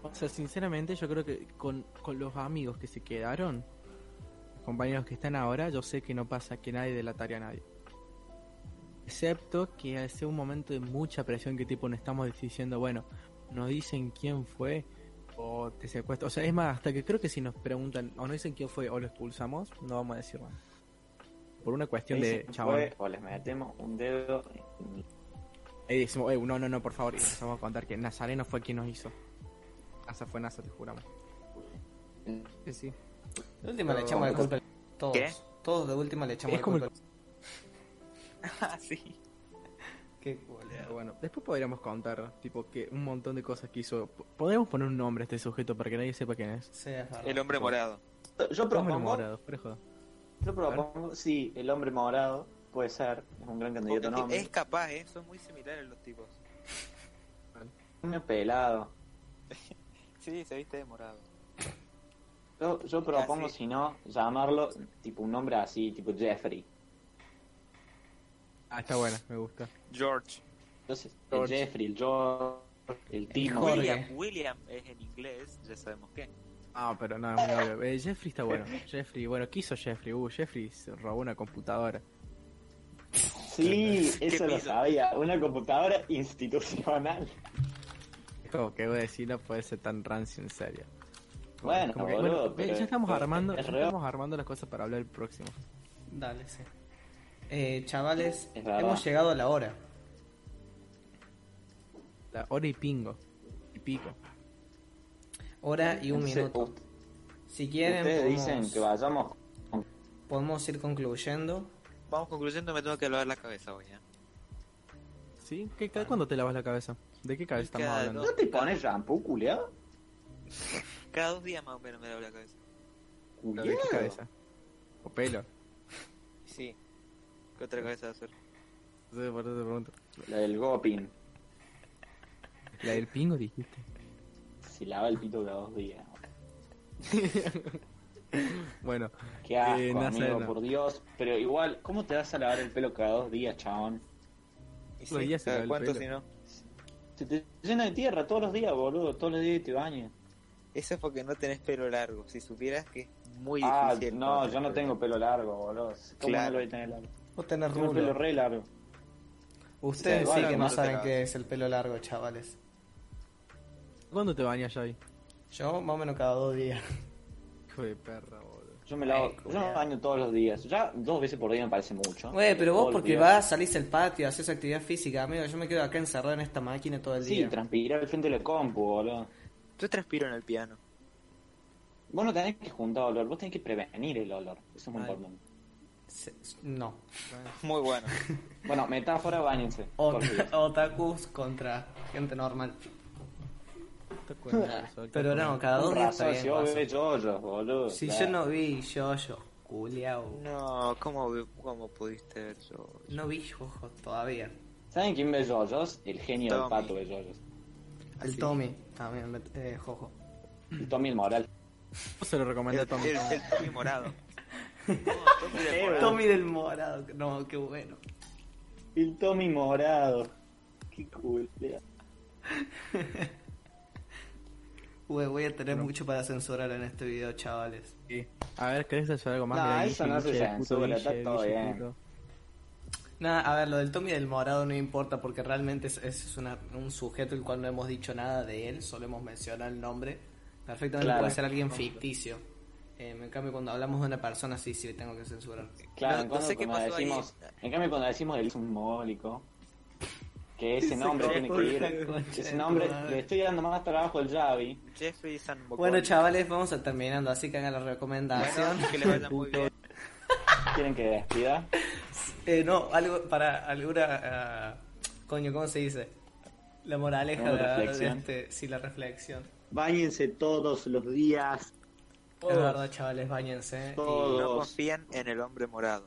O sea, sinceramente yo creo que con, con los amigos que se quedaron, los compañeros que están ahora, yo sé que no pasa que nadie delataría a nadie. Excepto que sea un momento de mucha presión que tipo no estamos diciendo, bueno, nos dicen quién fue o te secuestran. O sea, es más, hasta que creo que si nos preguntan o nos dicen quién fue o lo expulsamos, no vamos a decir nada. Por una cuestión Ahí de sí chabón. fue, O les metemos un dedo en Ahí decimos, "Ey, no, no, no, por favor. Y empezamos a contar que Nazareno fue quien nos hizo. NASA fue NASA, te juramos. Sí, sí. De última le echamos la Pero- culpa a todos. ¿Qué? Todos de última le echamos Es la como culpa. el- Ah, sí. Qué boludo. Bueno, después podríamos contar, tipo, que un montón de cosas que hizo. P- Podemos poner un nombre a este sujeto para que nadie sepa quién es. Sí, es verdad. El hombre Ah, morado. Yo Hombre propongo, morado, fuera de joda. yo propongo, sí, el hombre morado puede ser, es un gran Porque candidato ti- nombre. es capaz, ¿eh? Son muy similares los tipos. Un pelado. Sí, se viste de morado. Yo, yo propongo, Casi. si no, llamarlo tipo un nombre así, tipo Jeffrey. Ah, está bueno, me gusta. George. Entonces, el George. Jeffrey, el George, el Timo. Jorge. William, William es en inglés, ya sabemos qué. Ah, pero no, es muy obvio. Eh, Jeffrey está bueno. Jeffrey, bueno, ¿qué hizo Jeffrey? Uh, Jeffrey se robó una computadora. Sí, ¿Qué eso lo piso? sabía. Una computadora institucional. Como que decir no puede ser tan rancio, en serio. Como- Bueno, como que- boludo, bueno, eh, pero- ya estamos pero armando, es ya real. estamos armando las cosas para hablar el próximo. Dale, sí. Eh, chavales, Es verdad. hemos llegado a la hora. La hora y pingo. Y pico. Hora y un Entonces, minuto. ust- Si quieren, Ustedes podemos, dicen que vayamos. podemos ir concluyendo. Vamos concluyendo, me tengo que lavar la cabeza hoy. ¿eh? ¿Sí? ¿Qué, cada cuándo te lavas la cabeza? ¿De qué cabeza estamos Cada hablando? dos- ¿No te pones shampoo, culiado? Cada dos días más o menos me lavo la cabeza. ¿De qué cabeza? ¿O pelo? Sí. ¿Qué otra cabeza va a ser? No sé, por eso te pregunto. La del Gopin. La del pingo dijiste. Se lava el pito cada dos días. Bueno, Qué asco, Eh, no sé, amigo, no. por Dios. Pero igual, ¿cómo te vas a lavar el pelo cada dos días, chabón? Y Los días Pues se ¿cada lava el ¿Cuánto pelo. si no? Se te llena de tierra todos los días, boludo. Todos los días te bañas. Eso es porque no tenés pelo largo. Si supieras que es muy Ah, difícil. no, poner yo no pelo. tengo pelo largo, boludo. ¿Cómo Claro. no lo voy a tener largo? Vos tenés Tengo el pelo rulo. re largo. Ustedes Sí, sí bueno, que no no te saben cagas. qué es el pelo largo, chavales. ¿cuándo te bañas, Javi? Yo más o menos cada dos días. Hijo de perra, boludo. Yo me lavo, Ay, yo me culiao. baño todos los días. Ya dos veces por día me parece mucho. Güey, pero Todos vos los porque días. vas, salís al patio, haces actividad física, amigo. Yo me quedo acá encerrado en esta máquina todo el Sí, día. transpirar al frente de la compu, boludo. Yo transpiro en el piano. Vos no tenés que juntar olor, vos tenés que prevenir el olor. Eso es muy Ay. importante. Se- No. Ah. Muy bueno. Bueno, metáfora, bañense. todos los días. Ot- Otakus contra gente normal. Te acuerdas de eso, te Pero acuerdas. no, cada dos Un días está brazo, bien. si vos guaso. bebés yoyos, boludo. Si claro. yo no vi yo, yo, culiao. No, ¿cómo, cómo pudiste ver yo? No vi yojo todavía. ¿Saben quién ve yoyos? El genio del Tommy. pato ve yoyos. El Tommy también, eh, jojo. Y Tommy el moral. Vos se lo El, recomendé a Tommy. el, el Tommy morado. Tommy del morado, no, qué bueno. El Tommy morado. Qué cool. Güey, voy a tener mucho para censurar en este video, chavales. Sí. A ver, ¿querés hacer algo más? No, Mira, eso Guille, no se Guille, censura, puto está Guille, todo Guille, bien. puto. Nada, a ver, lo del Tommy del Morado no importa porque realmente es, es una- un sujeto el cual no hemos dicho nada de él, solo hemos mencionado el nombre. Perfectamente Claro. puede ser alguien ficticio. Eh, en cambio, cuando hablamos de una persona, sí, sí, tengo que censurar. Claro, No- en no cuando- sé qué cuando pasó ahí. decimos, en cambio cuando decimos el simbólico, que ese nombre tiene que ir, Concha de ese tu nombre, madre. le estoy dando más trabajo al Javi, Jeffrey San Bueno, chavales, vamos a terminando, así que hagan la recomendación. que le vaya muy bien. quieren que despida, Eh, no, algo para alguna. ah, coño, ¿cómo se dice? La moraleja Una de, la- de reflexión. este. Sí, la reflexión. Báñense todos los días, Es verdad, chavales, bañense. Todos. No confían en el hombre morado.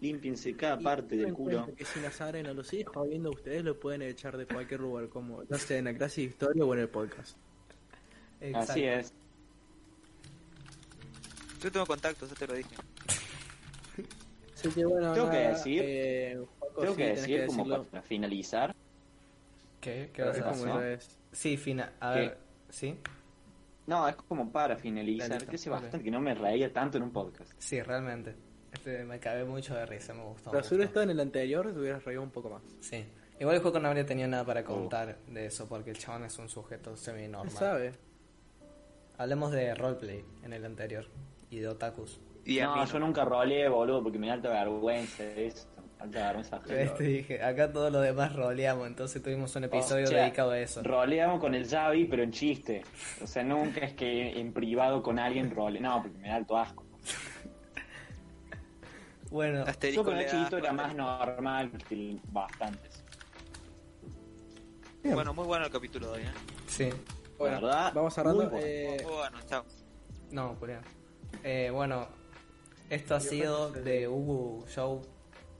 límpiense cada Tengan en cuenta Que si las abren a los hijos viendo ustedes, lo pueden echar de cualquier lugar, como ya sea en la clase de historia o en el podcast. Exacto. Así es. Yo tengo contactos, ya te lo dije. Así que bueno, Tengo que nada, decir- eh, Juaco, Tengo sí, que tenés decir como decirlo. para finalizar, ¿Qué? ¿Qué vas Es a como hacer? ¿no? al revés. Sí, Fina, a ¿Qué? ver. ¿Sí? no, es como para finalizar, Listo, que se vale. bastante que no me reía tanto en un podcast. Sí, realmente. Este, me acabé mucho de risa, me gustó. Pero me si hubiera gustó. estado en el anterior, te hubieras reído un poco más. Sí. Igual el juego no habría tenido nada para contar de eso, porque el chabón es un sujeto Oh. ¿Quién semi-normal. sabe? Hablamos de roleplay en el anterior y de otakus. Y a no, mí no. yo nunca roleé, boludo, porque me da alta vergüenza eso, alta vergüenza. ajena. Este, dije, acá todos los demás roleamos, entonces tuvimos un episodio O sea, dedicado a eso. Roleamos con el Javi, pero en chiste. O sea, nunca es que en privado con alguien role. No, porque me da alto asco. Bueno, Ah. Yo Asterisco con le el da- chiste era más normal que el- bastantes. Bueno, muy bueno el capítulo de hoy, ¿eh? sí. Bueno, verdad, vamos cerrando. muy bueno. eh, Muy bueno, chao. No, Julián. Eh, bueno, esto ha sido de Hugo Show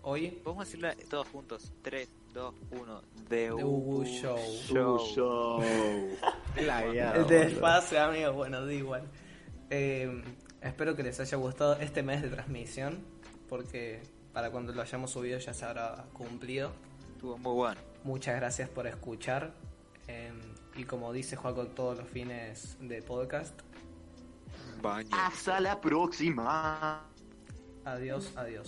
hoy. Vamos a decirla todos juntos. 3, 2, 1. The The Ubu Ubu Show. Show. El despacio, amigos, bueno, da igual. Eh, espero que les haya gustado este mes de transmisión, porque para cuando lo hayamos subido ya se habrá cumplido. Estuvo muy bueno. Muchas gracias por escuchar. Eh, y como dice Joaco todos los fines de podcast, Baño. Hasta la próxima. adiós, adiós.